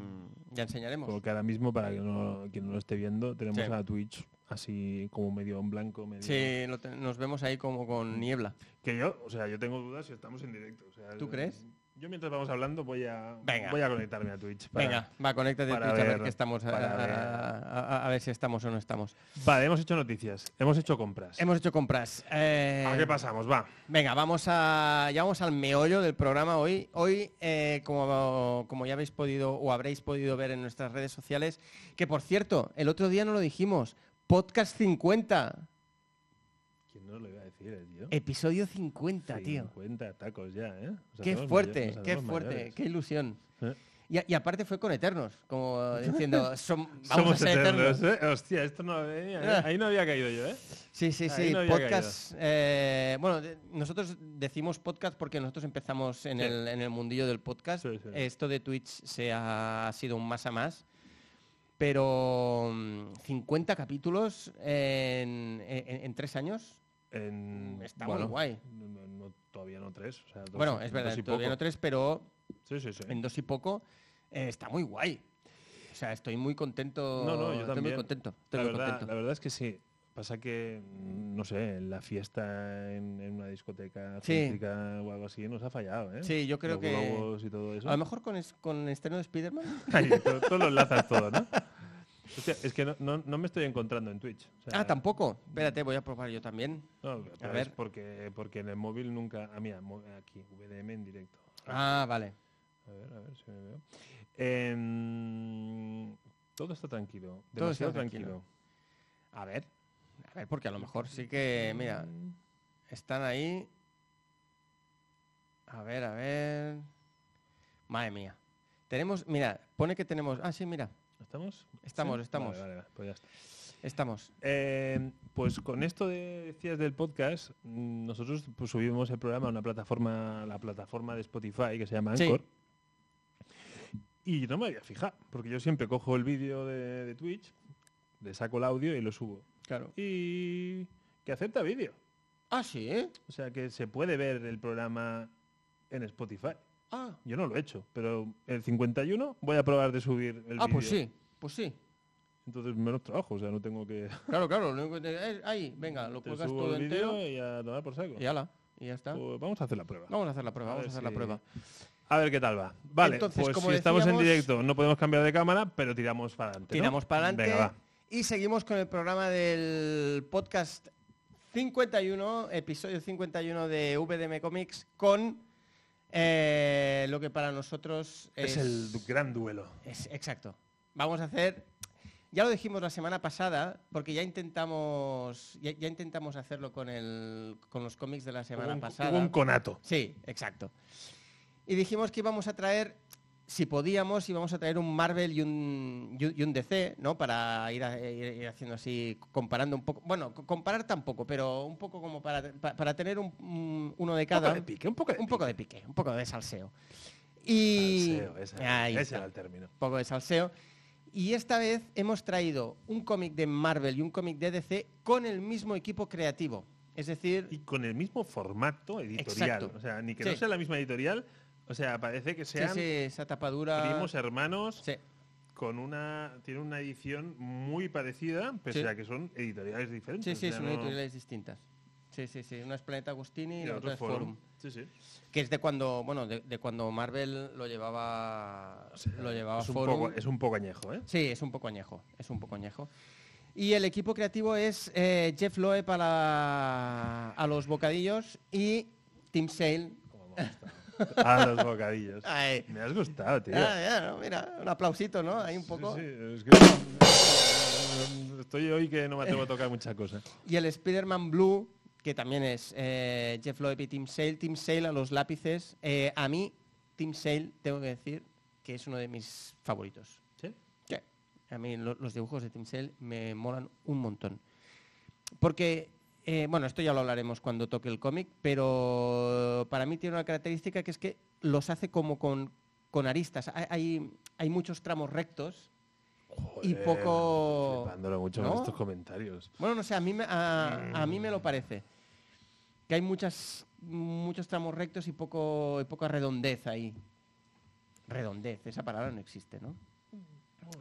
Speaker 2: ya enseñaremos.
Speaker 1: Porque ahora mismo, para que no, quien no lo esté viendo, tenemos
Speaker 2: Sí.
Speaker 1: a Twitch así como medio en blanco, medio.
Speaker 2: Sí, lo te- nos vemos ahí como con niebla.
Speaker 1: Que yo, o sea, yo tengo dudas si estamos en directo. o sea,
Speaker 2: ¿Tú crees?
Speaker 1: Yo mientras vamos hablando voy a
Speaker 2: Venga.
Speaker 1: voy a conectarme a Twitch. para-
Speaker 2: Venga, va, conéctate a
Speaker 1: para
Speaker 2: Twitch a ver
Speaker 1: ver-
Speaker 2: que estamos, a,
Speaker 1: para
Speaker 2: a-
Speaker 1: ver.
Speaker 2: a- a- a ver si estamos o no estamos.
Speaker 1: Vale, hemos hecho noticias, hemos hecho compras.
Speaker 2: Hemos hecho compras. eh,
Speaker 1: ¿A Ah, qué pasamos? Va.
Speaker 2: Venga, vamos a, ya vamos al meollo del programa hoy. Hoy, eh, como, como ya habéis podido o habréis podido ver en nuestras redes sociales, que por cierto, el otro día no lo dijimos, Podcast 50.
Speaker 1: ¿Quién no lo iba a decir? refieres, tío?
Speaker 2: Episodio 50, tío.
Speaker 1: 50 tacos ya, ¿eh? Nos
Speaker 2: Qué
Speaker 1: hacemos
Speaker 2: fuerte,
Speaker 1: mayores, nos
Speaker 2: qué
Speaker 1: hacemos
Speaker 2: fuerte,
Speaker 1: mayores.
Speaker 2: qué ilusión.
Speaker 1: ¿Eh?
Speaker 2: Y, a- y aparte fue con Eternos, como diciendo,
Speaker 1: (laughs)
Speaker 2: "Som- vamos a Ah.
Speaker 1: Somos
Speaker 2: ser eternos.
Speaker 1: eternos, ¿eh? Hostia, esto no, eh, ahí- ahí no había caído yo, ¿eh?
Speaker 2: Sí, sí,
Speaker 1: Ahí
Speaker 2: sí,
Speaker 1: no había
Speaker 2: podcast. eh, bueno, de- nosotros decimos podcast porque nosotros empezamos en,
Speaker 1: Sí.
Speaker 2: el, en el mundillo del podcast.
Speaker 1: Sí, sí.
Speaker 2: Esto de Twitch se ha, ha sido un más a más. Pero mm, 50 capítulos en, en- en tres años.
Speaker 1: En-
Speaker 2: Está muy guay.
Speaker 1: no- no- todavía no tres. o sea, dos
Speaker 2: bueno,
Speaker 1: y-
Speaker 2: es verdad,
Speaker 1: dos y
Speaker 2: todavía
Speaker 1: poco.
Speaker 2: no tres, pero
Speaker 1: Sí, sí, sí.
Speaker 2: en dos y poco eh, está muy guay. O sea, estoy muy contento.
Speaker 1: No, no, yo
Speaker 2: estoy muy
Speaker 1: también.
Speaker 2: contento. Estoy
Speaker 1: La
Speaker 2: muy
Speaker 1: verdad,
Speaker 2: contento.
Speaker 1: la verdad es que sí. Pasa que, mm, no sé, en la fiesta en, en una discoteca
Speaker 2: Sí.
Speaker 1: física o algo así nos ha fallado, ¿eh?
Speaker 2: Sí, yo creo
Speaker 1: Los
Speaker 2: que-
Speaker 1: globos y todo eso.
Speaker 2: A lo mejor con, es- con el estreno de Spider-Man.
Speaker 1: (laughs) Ahí, todo, todo lo enlazas todo, ¿no? Hostia, es que no, no- no me estoy encontrando en Twitch. o sea,
Speaker 2: Ah, tampoco. Espérate, voy a probar yo también.
Speaker 1: no, pero
Speaker 2: A
Speaker 1: es
Speaker 2: ver.
Speaker 1: porque, porque en el móvil nunca... Ah, mira, mo- aquí, VDM en directo.
Speaker 2: Ah, vale.
Speaker 1: A ver, a ver si me veo. Em, todo está tranquilo.
Speaker 2: Todo está
Speaker 1: Demasiado tranquilo.
Speaker 2: A ver. A ver, porque a lo mejor sí que, mira,
Speaker 1: Mm,
Speaker 2: están ahí. A ver, a ver. Madre mía. Tenemos, mira, pone que tenemos. Ah, sí, mira,
Speaker 1: ¿Estamos?
Speaker 2: Estamos,
Speaker 1: Vale,
Speaker 2: estamos.
Speaker 1: vale, vale, pues ya está.
Speaker 2: estamos.
Speaker 1: Eh, pues con esto de, decías del podcast, mm, nosotros pues, subimos el programa a una plataforma, la plataforma de Spotify que se llama
Speaker 2: Sí.
Speaker 1: Anchor. Y no me había fijado, porque yo siempre cojo el vídeo de, de Twitch, le saco el audio y lo subo.
Speaker 2: Claro.
Speaker 1: Y que acepta vídeo.
Speaker 2: Ah, sí, ¿eh?
Speaker 1: O sea que se puede ver el programa en Spotify.
Speaker 2: Ah,
Speaker 1: Yo no lo he hecho, pero el 51 voy a probar de subir el vídeo.
Speaker 2: ah pues sí, pues sí.
Speaker 1: Entonces menos trabajo, o sea, no tengo que...
Speaker 2: Claro, claro. lo único que te- eh, ahí, venga, lo
Speaker 1: Te
Speaker 2: cuelgas
Speaker 1: subo
Speaker 2: todo
Speaker 1: el vídeo
Speaker 2: entero
Speaker 1: y a tomar por saco.
Speaker 2: y ala. Y ya está.
Speaker 1: Pues vamos a hacer la prueba.
Speaker 2: Vamos a hacer la prueba,
Speaker 1: A
Speaker 2: vamos a
Speaker 1: ver
Speaker 2: hacer la
Speaker 1: si-
Speaker 2: prueba.
Speaker 1: A ver qué tal va. Vale,
Speaker 2: Entonces,
Speaker 1: pues
Speaker 2: como
Speaker 1: si estamos en
Speaker 2: decíamos-
Speaker 1: directo no podemos cambiar de cámara, pero tiramos para adelante. ¿no?
Speaker 2: Tiramos para
Speaker 1: Venga, va.
Speaker 2: adelante. Y seguimos con el programa del podcast 51, episodio 51 de VDM Comics, con eh, lo que para nosotros
Speaker 1: Es
Speaker 2: es,
Speaker 1: el du- gran duelo.
Speaker 2: es- exacto. Vamos a hacer. Ya lo dijimos la semana pasada, porque ya intentamos, ya, ya intentamos hacerlo con, el, con los cómics de la semana
Speaker 1: Hubo un,
Speaker 2: pasada.
Speaker 1: hubo un conato.
Speaker 2: Sí, exacto. Y dijimos que íbamos a traer, si podíamos, íbamos a traer un Marvel y un, y un- y un DC, ¿no? Para ir, a- ir- ir haciendo así, comparando un poco. Bueno, co- comparar tampoco, pero un poco como para, pa- para tener un- un- uno de cada.
Speaker 1: Un poco de pique, un poco de
Speaker 2: un poco de pique, un poco de salseo. Y.
Speaker 1: Salseo, ese,
Speaker 2: Ahí
Speaker 1: ese
Speaker 2: está
Speaker 1: era el término.
Speaker 2: poco de salseo. Y esta vez hemos traído un cómic de Marvel y un cómic de DC con el mismo equipo creativo. Es decir,
Speaker 1: Y con el mismo formato editorial.
Speaker 2: Exacto.
Speaker 1: O sea, ni que
Speaker 2: Sí.
Speaker 1: no sea la misma editorial, o sea, parece que
Speaker 2: sí,
Speaker 1: sean
Speaker 2: sí, esa tapadura.
Speaker 1: primos hermanos
Speaker 2: Sí.
Speaker 1: con una tiene una edición muy parecida, pese
Speaker 2: Sí.
Speaker 1: a que son editoriales
Speaker 2: Sí,
Speaker 1: diferentes.
Speaker 2: sí,
Speaker 1: o sea,
Speaker 2: son
Speaker 1: no-
Speaker 2: editoriales distintas. Sí, sí, sí. Una es Planeta Agustini y
Speaker 1: y
Speaker 2: la otra es Forum.
Speaker 1: Sí, sí.
Speaker 2: Que es de cuando, bueno, de, de cuando Marvel lo llevaba, lo llevaba
Speaker 1: es, un
Speaker 2: Ah, Forum.
Speaker 1: poco, es un poco añejo, ¿eh?
Speaker 2: Sí, es un poco añejo, es un poco añejo. Y el equipo creativo es eh, Jeff Loeb para a los bocadillos y Tim Sale.
Speaker 1: Como
Speaker 2: (laughs)
Speaker 1: me ha gustado. A los bocadillos.
Speaker 2: Ay.
Speaker 1: Me has gustado, tío.
Speaker 2: Ah, ya, no, mira, un aplausito, ¿no? Ahí un poco.
Speaker 1: Sí, sí, es que- Estoy hoy que no me atrevo a tocar mucha cosa.
Speaker 2: Y el Spider-Man Blue, que también es eh, Jeff Loeb y Tim Sale. Tim Sale a los lápices. Eh, a mí, Tim Sale, tengo que decir que es uno de mis favoritos.
Speaker 1: ¿Sí?
Speaker 2: A mí lo- los dibujos de Tim Sale me molan un montón. Porque, eh, bueno, esto ya lo hablaremos cuando toque el cómic, pero para mí tiene una característica que es que los hace como con, con aristas. Hay, hay, hay muchos tramos rectos. Y
Speaker 1: Joder,
Speaker 2: poco-
Speaker 1: estoy flipándolo mucho
Speaker 2: ¿No?
Speaker 1: con estos comentarios.
Speaker 2: Bueno, no sé, a mí me, a, a mí
Speaker 1: Mm.
Speaker 2: me lo parece. Que hay muchas, muchos tramos rectos y, poco, y poca redondez ahí. Redondez, esa palabra no existe, ¿no?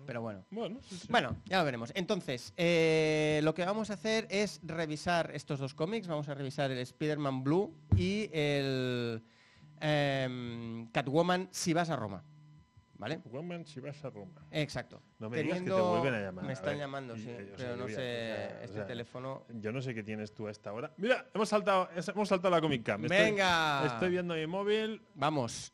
Speaker 2: Pero bueno.
Speaker 1: Bueno, sí, sí.
Speaker 2: Bueno, ya lo veremos. Entonces, eh, lo que vamos a hacer es revisar estos dos cómics. Vamos a revisar el Spider-Man Blue y el em, Catwoman si vas a Roma. ¿Vale?
Speaker 1: Woman, si vas a Roma.
Speaker 2: Exacto.
Speaker 1: No me digas que te vuelven a llamar,
Speaker 2: Me
Speaker 1: a
Speaker 2: están
Speaker 1: ver.
Speaker 2: llamando,
Speaker 1: Y-
Speaker 2: sí.
Speaker 1: eh, o sea,
Speaker 2: pero
Speaker 1: yo
Speaker 2: no
Speaker 1: ya-
Speaker 2: sé,
Speaker 1: ya, o
Speaker 2: este
Speaker 1: sea,
Speaker 2: teléfono...
Speaker 1: Yo no sé qué tienes tú a esta hora. Mira, hemos saltado, es- hemos saltado la Comic Cam. Estoy-
Speaker 2: ¡Venga!
Speaker 1: Estoy, viendo mi móvil.
Speaker 2: Vamos,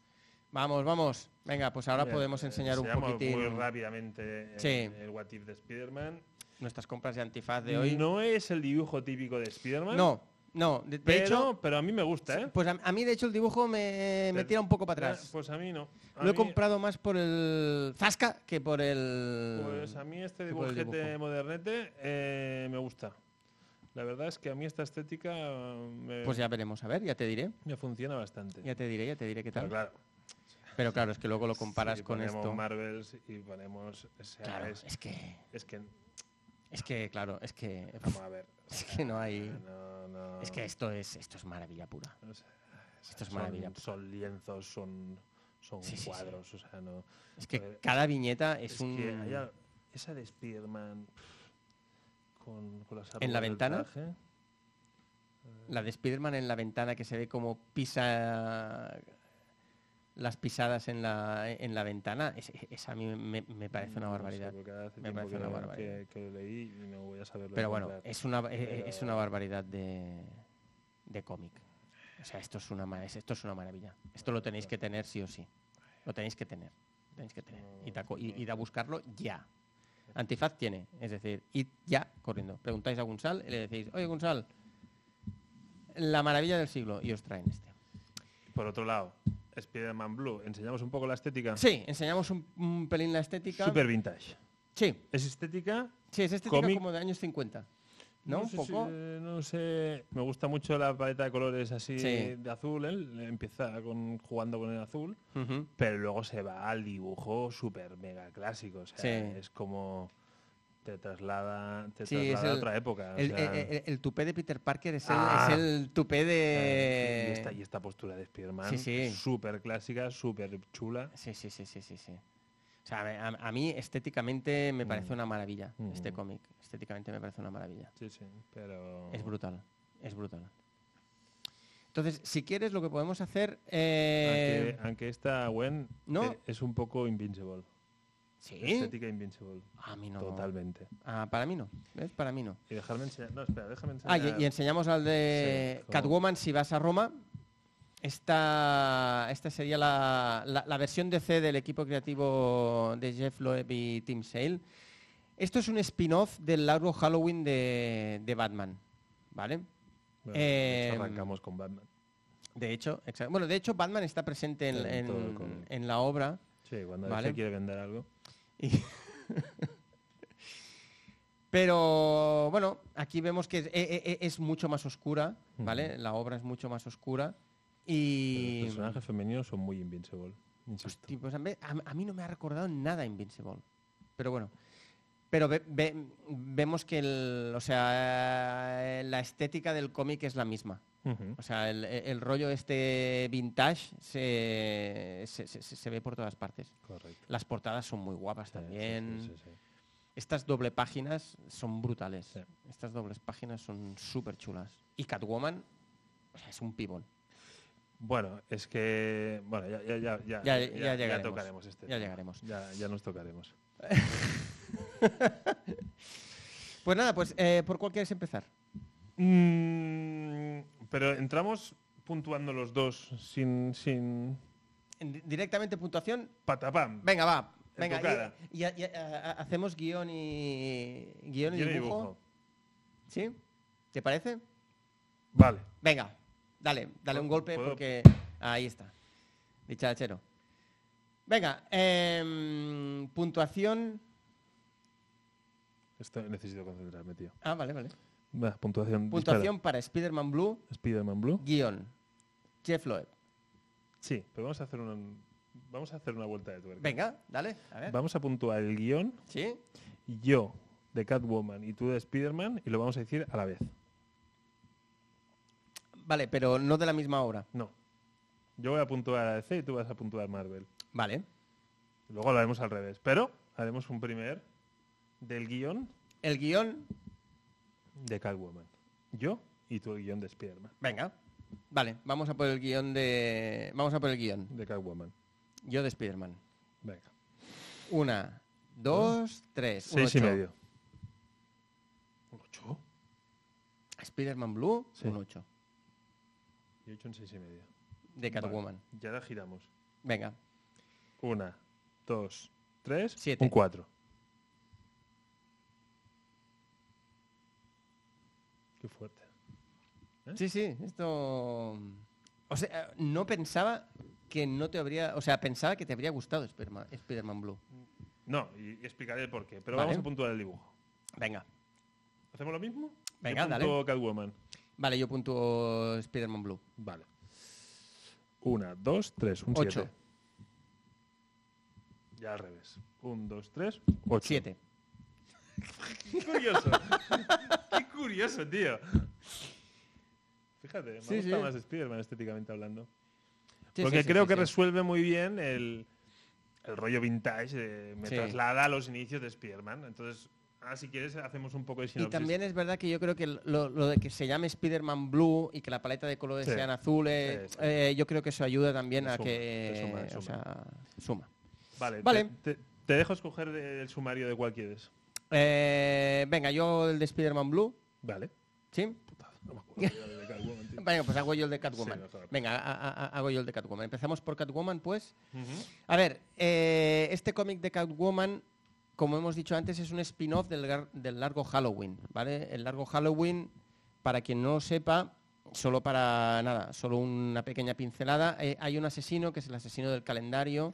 Speaker 2: vamos, vamos. Venga, pues ahora
Speaker 1: Mira,
Speaker 2: podemos
Speaker 1: eh,
Speaker 2: enseñar un
Speaker 1: enseñamos
Speaker 2: poquitín
Speaker 1: Muy rápidamente el,
Speaker 2: Sí.
Speaker 1: el What If de Spider-Man.
Speaker 2: nuestras compras de antifaz de hoy.
Speaker 1: No es el dibujo típico de Spider-Man.
Speaker 2: No, No, de, de
Speaker 1: Pero,
Speaker 2: hecho,
Speaker 1: pero a mí me gusta, ¿eh?
Speaker 2: pues a, a mí de hecho el dibujo me, me
Speaker 1: Pero-
Speaker 2: tira un poco para atrás.
Speaker 1: Pues a mí no. A
Speaker 2: Lo he
Speaker 1: mí-
Speaker 2: comprado más por el Zasca que por el...
Speaker 1: Pues a mí este
Speaker 2: que por el
Speaker 1: dibujete
Speaker 2: dibujo.
Speaker 1: modernete eh, me gusta. La verdad es que a mí esta estética eh, me,
Speaker 2: Pues ya veremos, a ver, ya te diré.
Speaker 1: me funciona bastante.
Speaker 2: Ya te diré, ya te diré qué
Speaker 1: Pero
Speaker 2: tal.
Speaker 1: claro,
Speaker 2: Pero claro, es que luego lo comparas
Speaker 1: si
Speaker 2: con
Speaker 1: ponemos
Speaker 2: esto.
Speaker 1: Marvels y ponemos... o sea,
Speaker 2: Claro,
Speaker 1: es,
Speaker 2: es que...
Speaker 1: es que...
Speaker 2: Es que, claro, es que...
Speaker 1: Vamos a ver.
Speaker 2: Es que no hay...
Speaker 1: No, no,
Speaker 2: Es que esto es, esto es maravilla pura.
Speaker 1: o sea,
Speaker 2: Esto es
Speaker 1: son-
Speaker 2: maravilla.
Speaker 1: Son, lienzos, son, son
Speaker 2: Sí, sí, sí.
Speaker 1: cuadros, o sea, no...
Speaker 2: Es
Speaker 1: A ver,
Speaker 2: que cada viñeta
Speaker 1: Pues,
Speaker 2: es,
Speaker 1: Es
Speaker 2: un...
Speaker 1: que hay al- esa de Spiderman pff, con, con las
Speaker 2: ¿En la
Speaker 1: arrugas del
Speaker 2: ventana?
Speaker 1: traje.
Speaker 2: La de Spiderman en la ventana que se ve como pisa las pisadas en la, en la ventana, es- esa a mí me, me parece una
Speaker 1: Mm, No sé,
Speaker 2: barbaridad.
Speaker 1: porque hace
Speaker 2: Me
Speaker 1: tiempo
Speaker 2: parece
Speaker 1: que
Speaker 2: una
Speaker 1: no-
Speaker 2: barbaridad.
Speaker 1: Que, que lo leí y no voy a saberlo.
Speaker 2: Pero bueno,
Speaker 1: encontrar.
Speaker 2: es una, eh, eh, es
Speaker 1: Pero-
Speaker 2: una barbaridad de, de cómic. O sea, esto es, una, ma- es- esto es una maravilla. Esto lo tenéis que tener sí o sí. Lo tenéis que tener. Tenéis que tener. Id a, co- i- id a buscarlo ya. Antifaz tiene, es decir, id ya corriendo. Preguntáis a Gunsal y le decís, oye Gunsal, la maravilla del siglo y os traen este.
Speaker 1: Por otro lado, Spider-Man Blue, enseñamos un poco la estética.
Speaker 2: Sí, enseñamos un, un pelín la estética.
Speaker 1: Super vintage.
Speaker 2: Sí,
Speaker 1: Es estética.
Speaker 2: sí, es estética
Speaker 1: Cómic.
Speaker 2: como de años 50. ¿No? un
Speaker 1: sé
Speaker 2: poco.
Speaker 1: si- eh, no sé. Me gusta mucho la paleta de colores así
Speaker 2: Sí.
Speaker 1: de azul. él Empieza con, jugando con el azul.
Speaker 2: Ujú.
Speaker 1: Pero luego se va al dibujo super mega clásico. O sea,
Speaker 2: Sí.
Speaker 1: es como te traslada, te
Speaker 2: Sí, es
Speaker 1: traslada a
Speaker 2: el-
Speaker 1: otra época. o
Speaker 2: El, eh,
Speaker 1: sea,
Speaker 2: el- el- el tupé de Peter Parker es el,
Speaker 1: Ah.
Speaker 2: es el tupé
Speaker 1: eh,
Speaker 2: de...
Speaker 1: y, esta, y esta postura de Spider-Man,
Speaker 2: Sí, sí.
Speaker 1: súper clásica, súper chula.
Speaker 2: Sí, sí, sí, sí, sí, sí. O sea, a, a mí estéticamente me parece
Speaker 1: Mm.
Speaker 2: una maravilla este
Speaker 1: Mm.
Speaker 2: cómic. Estéticamente me parece una maravilla.
Speaker 1: Sí, sí, pero...
Speaker 2: Es brutal, es brutal. Entonces, si quieres, lo que podemos hacer... eh,
Speaker 1: Aunque, aunque esta Gwen
Speaker 2: ¿no?
Speaker 1: eh, es un poco invincible.
Speaker 2: ¿Sí? Ah,
Speaker 1: Estética invincible.
Speaker 2: A mí no.
Speaker 1: Totalmente.
Speaker 2: Ah, para mí no, ¿ves? Para mí no.
Speaker 1: Y dejarme enseñar... No, espera, déjame
Speaker 2: Ah,
Speaker 1: enseñar...
Speaker 2: y, y enseñamos al de
Speaker 1: Sí, como-
Speaker 2: Catwoman si vas a Roma. Esta, esta sería la, la, la versión DC del equipo creativo de Jeff Loeb y Tim Sale. Esto es un spin-off del largo Halloween de, de Batman, ¿vale?
Speaker 1: Bueno, de hecho,
Speaker 2: em,
Speaker 1: arrancamos con Batman.
Speaker 2: De hecho, exa- bueno, de hecho Batman está presente en,
Speaker 1: En
Speaker 2: en-
Speaker 1: todo el cómic.
Speaker 2: en la obra.
Speaker 1: Sí, cuando
Speaker 2: vale.
Speaker 1: se quiere vender algo.
Speaker 2: Y- Pero bueno, aquí vemos que es, e- e- e- es mucho más oscura, ¿vale? La obra es mucho más oscura.
Speaker 1: Los
Speaker 2: Y.
Speaker 1: personajes femeninos son muy invincible, insisto.
Speaker 2: Hosti, pues a, mí, a- a mí no me ha recordado nada Invincible. Pero bueno. Pero ve- ve- vemos que el, o sea, eh, la estética del cómic es la misma.
Speaker 1: Ujú.
Speaker 2: O sea, el, el rollo este vintage se, se- se- se ve por todas partes.
Speaker 1: Correcto.
Speaker 2: Las portadas son muy guapas
Speaker 1: Sí, sí, sí,
Speaker 2: también.
Speaker 1: sí, sí.
Speaker 2: Estas doble páginas son brutales.
Speaker 1: Sí.
Speaker 2: Estas dobles páginas son súper chulas. Y Catwoman o sea, es un pibón.
Speaker 1: Bueno, es que... Bueno, ya, ya, ya, ya,
Speaker 2: Ya- ya llegaremos.
Speaker 1: tocaremos este
Speaker 2: Ya
Speaker 1: tema.
Speaker 2: llegaremos.
Speaker 1: Ya, ya nos tocaremos.
Speaker 2: Pues nada, pues eh, ¿por cuál quieres empezar?
Speaker 1: Mm, pero entramos puntuando los dos sin, sin
Speaker 2: En- Directamente puntuación.
Speaker 1: patapam.
Speaker 2: Venga, va.
Speaker 1: En tu
Speaker 2: Venga,
Speaker 1: cara.
Speaker 2: y, y- y- a- a- hacemos guión y, guión y
Speaker 1: Guión y
Speaker 2: dibujo.
Speaker 1: dibujo.
Speaker 2: ¿Sí? ¿Te parece?
Speaker 1: Vale.
Speaker 2: Venga, dale, dale un golpe
Speaker 1: ¿Puedo?
Speaker 2: porque ahí está. Dicharachero. Venga, em, puntuación.
Speaker 1: Esto necesito concentrarme, tío.
Speaker 2: Ah, vale, vale.
Speaker 1: Va, puntuación.
Speaker 2: Puntuación para Spider-Man Blue,
Speaker 1: dispara. Spider-Man Blue.
Speaker 2: guión. Jeff Loeb.
Speaker 1: Sí, pero vamos a hacer una, vamos a hacer una vuelta de tuerca.
Speaker 2: Venga, dale, a ver.
Speaker 1: Vamos a puntuar el guión,
Speaker 2: ¿Sí?
Speaker 1: yo de Catwoman y tú de Spider-Man, y lo vamos a decir a la vez.
Speaker 2: Vale, pero no de la misma obra.
Speaker 1: No. Yo voy a puntuar a DC y tú vas a puntuar Marvel.
Speaker 2: Vale.
Speaker 1: Luego lo haremos al revés. Pero haremos un primer del guión
Speaker 2: El guión,
Speaker 1: de Catwoman. Yo y tú el guión de Spider-Man.
Speaker 2: venga. Vale, vamos a por el guión de... Vamos a por el guión.
Speaker 1: De Catwoman.
Speaker 2: Yo de Spider-Man.
Speaker 1: Venga.
Speaker 2: Una, dos, tres. un
Speaker 1: ¿Mm? Seis y
Speaker 2: ocho.
Speaker 1: medio. ¿Un ocho?
Speaker 2: Spider-Man Blue,
Speaker 1: Sí.
Speaker 2: un 8.
Speaker 1: Yo he hecho un seis y medio.
Speaker 2: De Catwoman.
Speaker 1: Vale, ya la giramos.
Speaker 2: Venga.
Speaker 1: Una, dos, tres,
Speaker 2: Siete.
Speaker 1: un cuatro. Qué fuerte.
Speaker 2: Sí, sí, esto... O sea, no pensaba que no te habría... O sea, pensaba que te habría gustado Spiderma- Spider-Man Blue.
Speaker 1: No, y, y explicaré el porqué. Pero
Speaker 2: Vale.
Speaker 1: vamos a puntuar el dibujo.
Speaker 2: Venga.
Speaker 1: ¿Hacemos lo mismo?
Speaker 2: Venga,
Speaker 1: Yo
Speaker 2: dale.
Speaker 1: punto Catwoman.
Speaker 2: Vale, yo punto Spider-Man Blue.
Speaker 1: Vale. Una, dos, tres. Un
Speaker 2: Ocho.
Speaker 1: siete. Ya al revés. Un, dos, tres, ocho.
Speaker 2: Siete.
Speaker 1: Qué curioso. (laughs) Qué curioso, tío. Fíjate, me
Speaker 2: Sí,
Speaker 1: gusta
Speaker 2: sí.
Speaker 1: más Spider-Man estéticamente hablando.
Speaker 2: Sí,
Speaker 1: Porque
Speaker 2: sí, sí,
Speaker 1: creo
Speaker 2: sí,
Speaker 1: que
Speaker 2: sí.
Speaker 1: resuelve muy bien el, el rollo vintage. eh, me
Speaker 2: Sí.
Speaker 1: traslada a los inicios de Spider-Man. Entonces, ahora si quieres hacemos un poco de
Speaker 2: Y
Speaker 1: sinopsis.
Speaker 2: también es verdad que yo creo que lo, lo de que se llame Spider-Man Blue y que la paleta de colores
Speaker 1: Sí.
Speaker 2: sean azules,
Speaker 1: Sí, sí.
Speaker 2: eh, yo creo que eso ayuda también
Speaker 1: Te
Speaker 2: a
Speaker 1: suma,
Speaker 2: que...
Speaker 1: te suma, te
Speaker 2: o
Speaker 1: suma.
Speaker 2: sea, suma.
Speaker 1: Vale,
Speaker 2: Vale.
Speaker 1: Te, te- te dejo escoger el sumario de cuál quieres.
Speaker 2: Eh, venga, yo hago el de Spider-Man Blue,
Speaker 1: Vale.
Speaker 2: ¿sí?
Speaker 1: No me acuerdo ya de Catwoman,
Speaker 2: (laughs)
Speaker 1: tío.
Speaker 2: Venga, pues hago yo el de Catwoman.
Speaker 1: Sí, mejor.
Speaker 2: venga, a- a- a- hago yo el de Catwoman. Empezamos por Catwoman, pues.
Speaker 1: Ujú.
Speaker 2: A ver, eh, este cómic de Catwoman, como hemos dicho antes, es un spin-off del, gar- del largo Halloween, ¿vale? El largo Halloween, para quien no lo sepa, solo para nada, solo una pequeña pincelada, eh, hay un asesino que es el asesino del calendario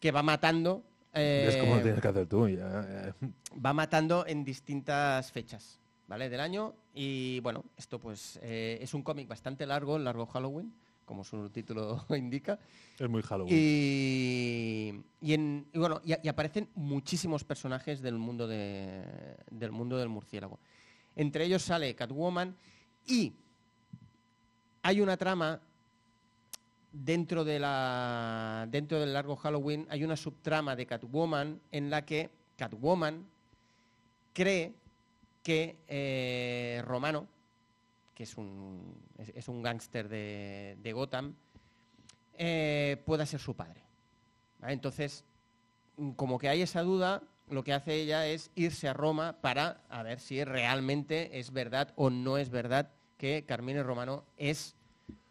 Speaker 2: que va matando. eh,
Speaker 1: Es como lo tienes que hacer tú. ya, eh.
Speaker 2: va matando en distintas fechas, ¿vale? Del año. Y bueno, esto pues eh, es un cómic bastante largo, el largo Halloween, como su título (laughs) indica.
Speaker 1: Es muy Halloween.
Speaker 2: Y, y en- y bueno, y, a- y aparecen muchísimos personajes del mundo, de- del mundo del murciélago. Entre ellos sale Catwoman y hay una trama dentro, de la, dentro del largo Halloween, hay una subtrama de Catwoman en la que Catwoman cree que eh, Romano, que es un, es, es un gángster de, de Gotham, eh, pueda ser su padre. ¿vale? Entonces, mm, como que hay esa duda, lo que hace ella es irse a Roma para a ver si realmente es verdad o no es verdad que Carmine Romano es...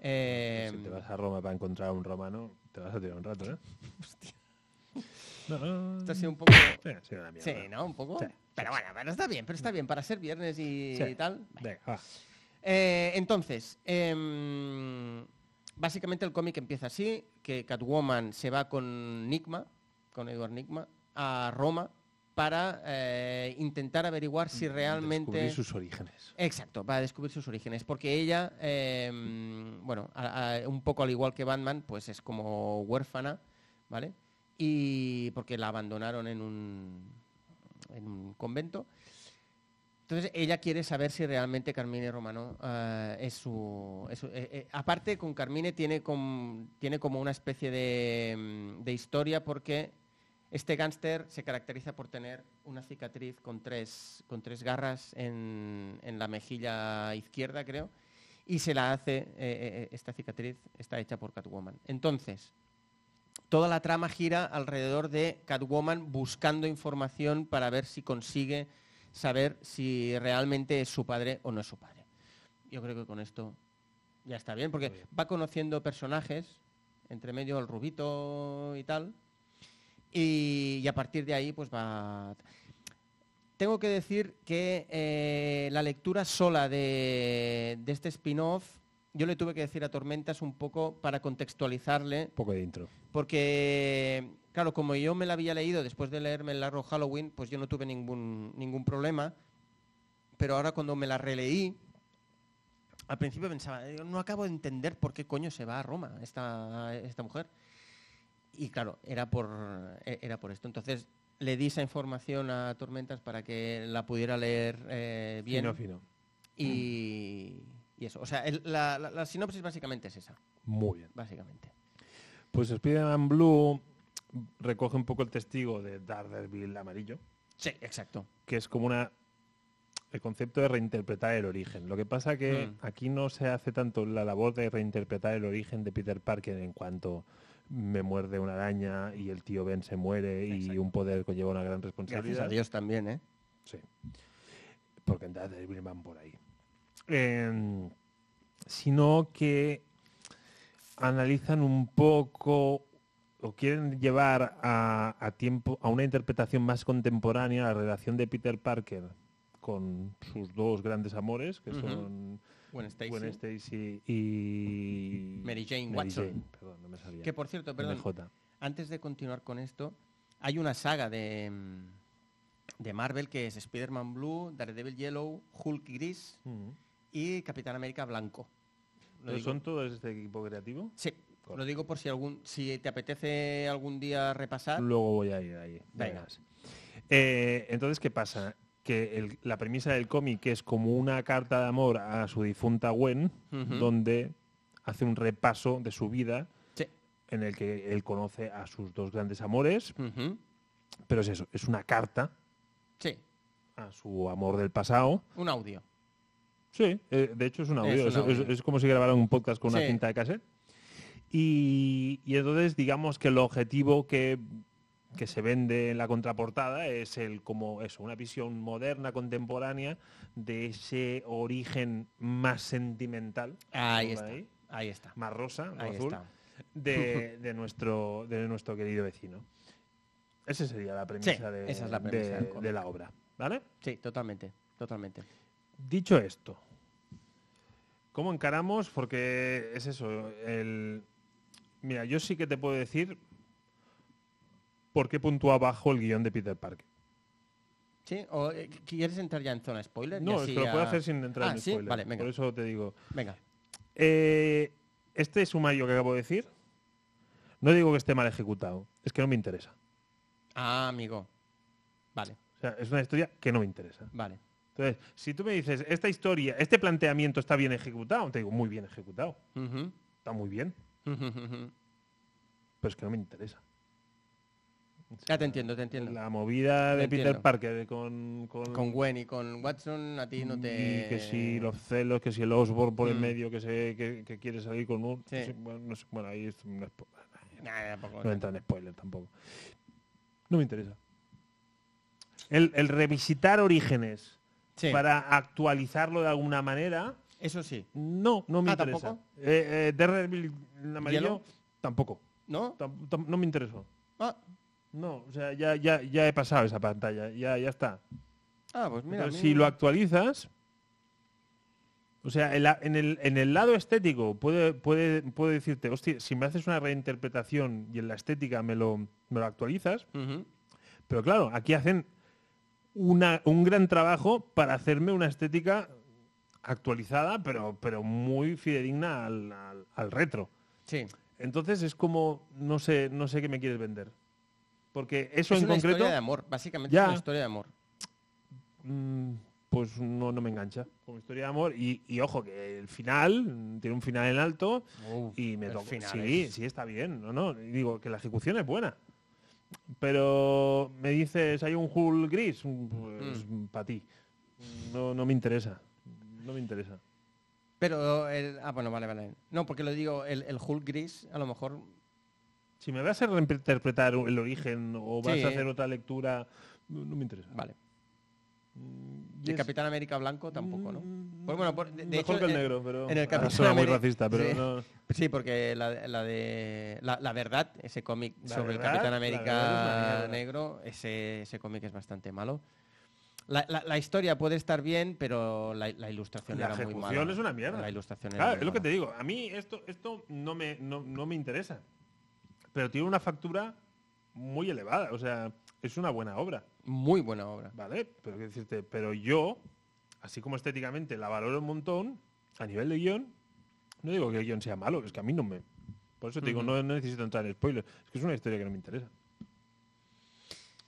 Speaker 2: eh,
Speaker 1: si te vas a Roma para encontrar a un romano, te vas a tirar un rato, ¿eh? Hostia. No,
Speaker 2: esto ha sido un poco...
Speaker 1: Sí, ha sido una
Speaker 2: Sí,
Speaker 1: mierda.
Speaker 2: ¿no? Un poco.
Speaker 1: Sí.
Speaker 2: Pero bueno, pero está bien, pero está bien, para ser viernes y,
Speaker 1: Sí.
Speaker 2: y tal.
Speaker 1: Venga, va.
Speaker 2: Eh, entonces, em, básicamente el cómic empieza así, que Catwoman se va con Nigma, con Edward Nigma, a Roma para eh, intentar averiguar si realmente...
Speaker 1: Mm, Descubrir sus orígenes.
Speaker 2: Exacto, para descubrir sus orígenes, porque ella, eh, bueno, a- a- un poco al igual que Batman, pues es como huérfana, ¿vale? Y porque la abandonaron en un, en un convento. Entonces ella quiere saber si realmente Carmine Romano eh, es su... es su- eh, eh, aparte con Carmine tiene, com- tiene como una especie de, mm, de historia porque este gángster se caracteriza por tener una cicatriz con tres, con tres garras en, en la mejilla izquierda, creo, y se la hace, eh, eh, eh, esta cicatriz está hecha por Catwoman. Entonces, toda la trama gira alrededor de Catwoman buscando información para ver si consigue saber si realmente es su padre o no es su padre. Yo creo que con esto ya está bien, porque va conociendo personajes, entre medio el rubito y tal, y, y a partir de ahí pues va... Tengo que decir que eh, la lectura sola de, de este spin-off, yo le tuve que decir a Tormentas un poco para contextualizarle
Speaker 1: Un poco de intro.
Speaker 2: porque, claro, como yo me la había leído después de leerme el largo Halloween, pues yo no tuve ningún, ningún problema. Pero ahora cuando me la releí, al principio pensaba, "Eh, no acabo de entender por qué coño se va a Roma esta, esta mujer. Y claro, era por, e- era por esto. Entonces le di esa información a Tormentas para que la pudiera leer eh, bien.
Speaker 1: Fino, fino.
Speaker 2: Y, y eso. O sea, el- la- la- la sinopsis básicamente es esa,
Speaker 1: Muy bien.
Speaker 2: básicamente.
Speaker 1: Pues Spider-Man Blue recoge un poco el testigo de Daredevil amarillo,
Speaker 2: Sí, exacto.
Speaker 1: que es como una el concepto de reinterpretar el origen. Lo que pasa que
Speaker 2: Mm.
Speaker 1: aquí no se hace tanto la labor de reinterpretar el origen de Peter Parker en cuanto me muerde una araña y el tío Ben se muere y
Speaker 2: Exacto.
Speaker 1: un poder conlleva una gran responsabilidad.
Speaker 2: Gracias a Dios también, ¿eh?
Speaker 1: Sí. Porque en Daredevil van por ahí. Em, sino que analizan un poco o quieren llevar a, a tiempo a una interpretación más contemporánea la relación de Peter Parker con sus dos grandes amores, que
Speaker 2: Ujú.
Speaker 1: son
Speaker 2: Gwen Stacy.
Speaker 1: Gwen Stacy y...
Speaker 2: Mary Jane Watson.
Speaker 1: perdón, no me salía.
Speaker 2: Que por cierto, perdón,
Speaker 1: MJ.
Speaker 2: antes de continuar con esto, hay una saga de, mm, de Marvel que es Spider-Man Blue, Daredevil Yellow, Hulk Gris
Speaker 1: Mm.
Speaker 2: y Capitán América Blanco. Lo
Speaker 1: ¿Pero
Speaker 2: digo-
Speaker 1: ¿Son todos este equipo creativo?
Speaker 2: Sí, lo digo por si algún si te apetece algún día repasar.
Speaker 1: Luego voy a ir ahí. ya
Speaker 2: Venga.
Speaker 1: verás. Eh, entonces, ¿qué pasa? Que el- la premisa del cómic es como una carta de amor a su difunta Gwen,
Speaker 2: Ujú.
Speaker 1: donde hace un repaso de su vida
Speaker 2: Sí.
Speaker 1: en el que él conoce a sus dos grandes amores,
Speaker 2: Ujú.
Speaker 1: pero es eso, es una carta
Speaker 2: Sí,
Speaker 1: a su amor del pasado.
Speaker 2: un audio.
Speaker 1: Sí, eh, de hecho es un audio.
Speaker 2: Es un
Speaker 1: Es, es-
Speaker 2: audio.
Speaker 1: es como si grabaran un podcast con
Speaker 2: Sí.
Speaker 1: una cinta de cassette. Y, y entonces digamos que el objetivo que, que se vende en la contraportada es el como eso, una visión moderna, contemporánea de ese origen más sentimental,
Speaker 2: Ahí
Speaker 1: por
Speaker 2: está.
Speaker 1: ahí,
Speaker 2: Ahí está.
Speaker 1: más rosa, no
Speaker 2: Ahí
Speaker 1: azul,
Speaker 2: está. (laughs)
Speaker 1: de, de nuestro, de nuestro querido vecino. Esa sería la premisa, de,
Speaker 2: esa es la
Speaker 1: de-
Speaker 2: premisa del cómic.
Speaker 1: de la obra. ¿Vale?
Speaker 2: Sí, totalmente, totalmente.
Speaker 1: Dicho esto, ¿cómo encaramos? Porque es eso, el... Mira, yo sí que te puedo decir por qué puntúa bajo el guión de Peter Parker.
Speaker 2: Sí, o, eh, ¿Quieres entrar ya en zona spoiler? Y
Speaker 1: No, es
Speaker 2: así
Speaker 1: que lo puedo
Speaker 2: ya-
Speaker 1: hacer sin entrar
Speaker 2: Ah,
Speaker 1: en
Speaker 2: ¿sí?
Speaker 1: spoiler.
Speaker 2: Vale, venga.
Speaker 1: Por eso te digo.
Speaker 2: Venga.
Speaker 1: Eh, este sumario que acabo de decir, no digo que esté mal ejecutado, es que no me interesa.
Speaker 2: Ah, amigo. Vale,
Speaker 1: O sea, es una historia que no me interesa.
Speaker 2: vale.
Speaker 1: Entonces, si tú me dices, esta historia, este planteamiento está bien ejecutado, te digo, muy bien ejecutado,
Speaker 2: Ujú. (laughs)
Speaker 1: está muy bien, pero es que no me interesa.
Speaker 2: ya te entiendo, te entiendo.
Speaker 1: La movida de
Speaker 2: Entiendo.
Speaker 1: Peter Parker con, con-
Speaker 2: Con Gwen y con Watson a ti no te...
Speaker 1: Mm, y que si los celos, que si el Osborn por el
Speaker 2: Mm.
Speaker 1: medio que se que, que quiere salir con un
Speaker 2: Sí.
Speaker 1: sí, bueno, no sé, bueno, ahí es un spo-
Speaker 2: Nah, tampoco.
Speaker 1: no entra en spoiler tampoco. No me interesa. El, el revisitar orígenes
Speaker 2: Sí,
Speaker 1: para actualizarlo de alguna manera,
Speaker 2: Eso sí,
Speaker 1: no, no me
Speaker 2: Ah,
Speaker 1: interesa.
Speaker 2: ¿tampoco?
Speaker 1: Eh, eh, Daredevil en amarillo,
Speaker 2: ¿Hielo?
Speaker 1: tampoco.
Speaker 2: ¿no?
Speaker 1: Tam- tam- no me interesó.
Speaker 2: Ah,
Speaker 1: No, o sea, ya, ya, ya he pasado esa pantalla, ya, ya está.
Speaker 2: ah, pues mira. a
Speaker 1: Entonces,
Speaker 2: mí-
Speaker 1: si lo actualizas, o sea, en, la- en el, en el lado estético puede, puede, puede decirte, hostia, si me haces una reinterpretación y en la estética me lo, me lo actualizas,
Speaker 2: Ujú.
Speaker 1: pero claro, aquí hacen una, un gran trabajo para hacerme una estética actualizada, pero, pero muy fidedigna al, al- al retro.
Speaker 2: Sí.
Speaker 1: Entonces es como, no sé, no sé qué me quieres vender. Porque eso
Speaker 2: es
Speaker 1: en
Speaker 2: una
Speaker 1: concreto,
Speaker 2: historia de amor, básicamente
Speaker 1: Ya.
Speaker 2: es una historia de amor.
Speaker 1: Mm, pues no, no me engancha como historia de amor. Y, y ojo, que el final mm, tiene un final en alto y me
Speaker 2: el
Speaker 1: toca.
Speaker 2: final
Speaker 1: Sí,
Speaker 2: es-
Speaker 1: sí, está bien. No, no, y digo que la ejecución es buena. Pero me dices, hay un Hulk gris, Mm, pues para ti. No, no me interesa. No me interesa.
Speaker 2: Pero, el- ah, bueno, vale, vale. No, porque lo digo, el, el Hulk gris, a lo mejor...
Speaker 1: Si me vas a reinterpretar el origen o vas
Speaker 2: Sí.
Speaker 1: a hacer otra lectura, no, no me interesa.
Speaker 2: Vale.
Speaker 1: Y
Speaker 2: El
Speaker 1: es-
Speaker 2: Capitán América Blanco tampoco, ¿no?
Speaker 1: Mm,
Speaker 2: Pues bueno, por- de, de
Speaker 1: mejor
Speaker 2: hecho,
Speaker 1: que el
Speaker 2: en-
Speaker 1: negro, pero
Speaker 2: en el
Speaker 1: ah,
Speaker 2: Capitán
Speaker 1: suena muy
Speaker 2: América-
Speaker 1: racista, pero
Speaker 2: sí.
Speaker 1: no.
Speaker 2: Sí, porque la, la de la, La verdad, ese cómic
Speaker 1: La
Speaker 2: sobre el
Speaker 1: Verdad,
Speaker 2: Capitán
Speaker 1: La Verdad es una
Speaker 2: América
Speaker 1: mierda.
Speaker 2: negro, ese, ese cómic es bastante malo. La, la- la historia puede estar bien, pero la, la ilustración
Speaker 1: La
Speaker 2: era muy mala.
Speaker 1: ejecución es una mierda.
Speaker 2: La ilustración era
Speaker 1: Claro,
Speaker 2: muy
Speaker 1: es lo que te
Speaker 2: mala.
Speaker 1: digo. A mí esto, esto no, me, no, no me interesa. Pero tiene una factura muy elevada. O sea, es una buena obra,
Speaker 2: Muy buena obra.
Speaker 1: ¿vale? Pero, quiero decirte, pero yo, así como estéticamente la valoro un montón, a nivel de guión, no digo que el guión sea malo, es que a mí no me... Por eso te digo,
Speaker 2: Ujú.
Speaker 1: no, no necesito entrar en spoilers. Es que es una historia que no me interesa.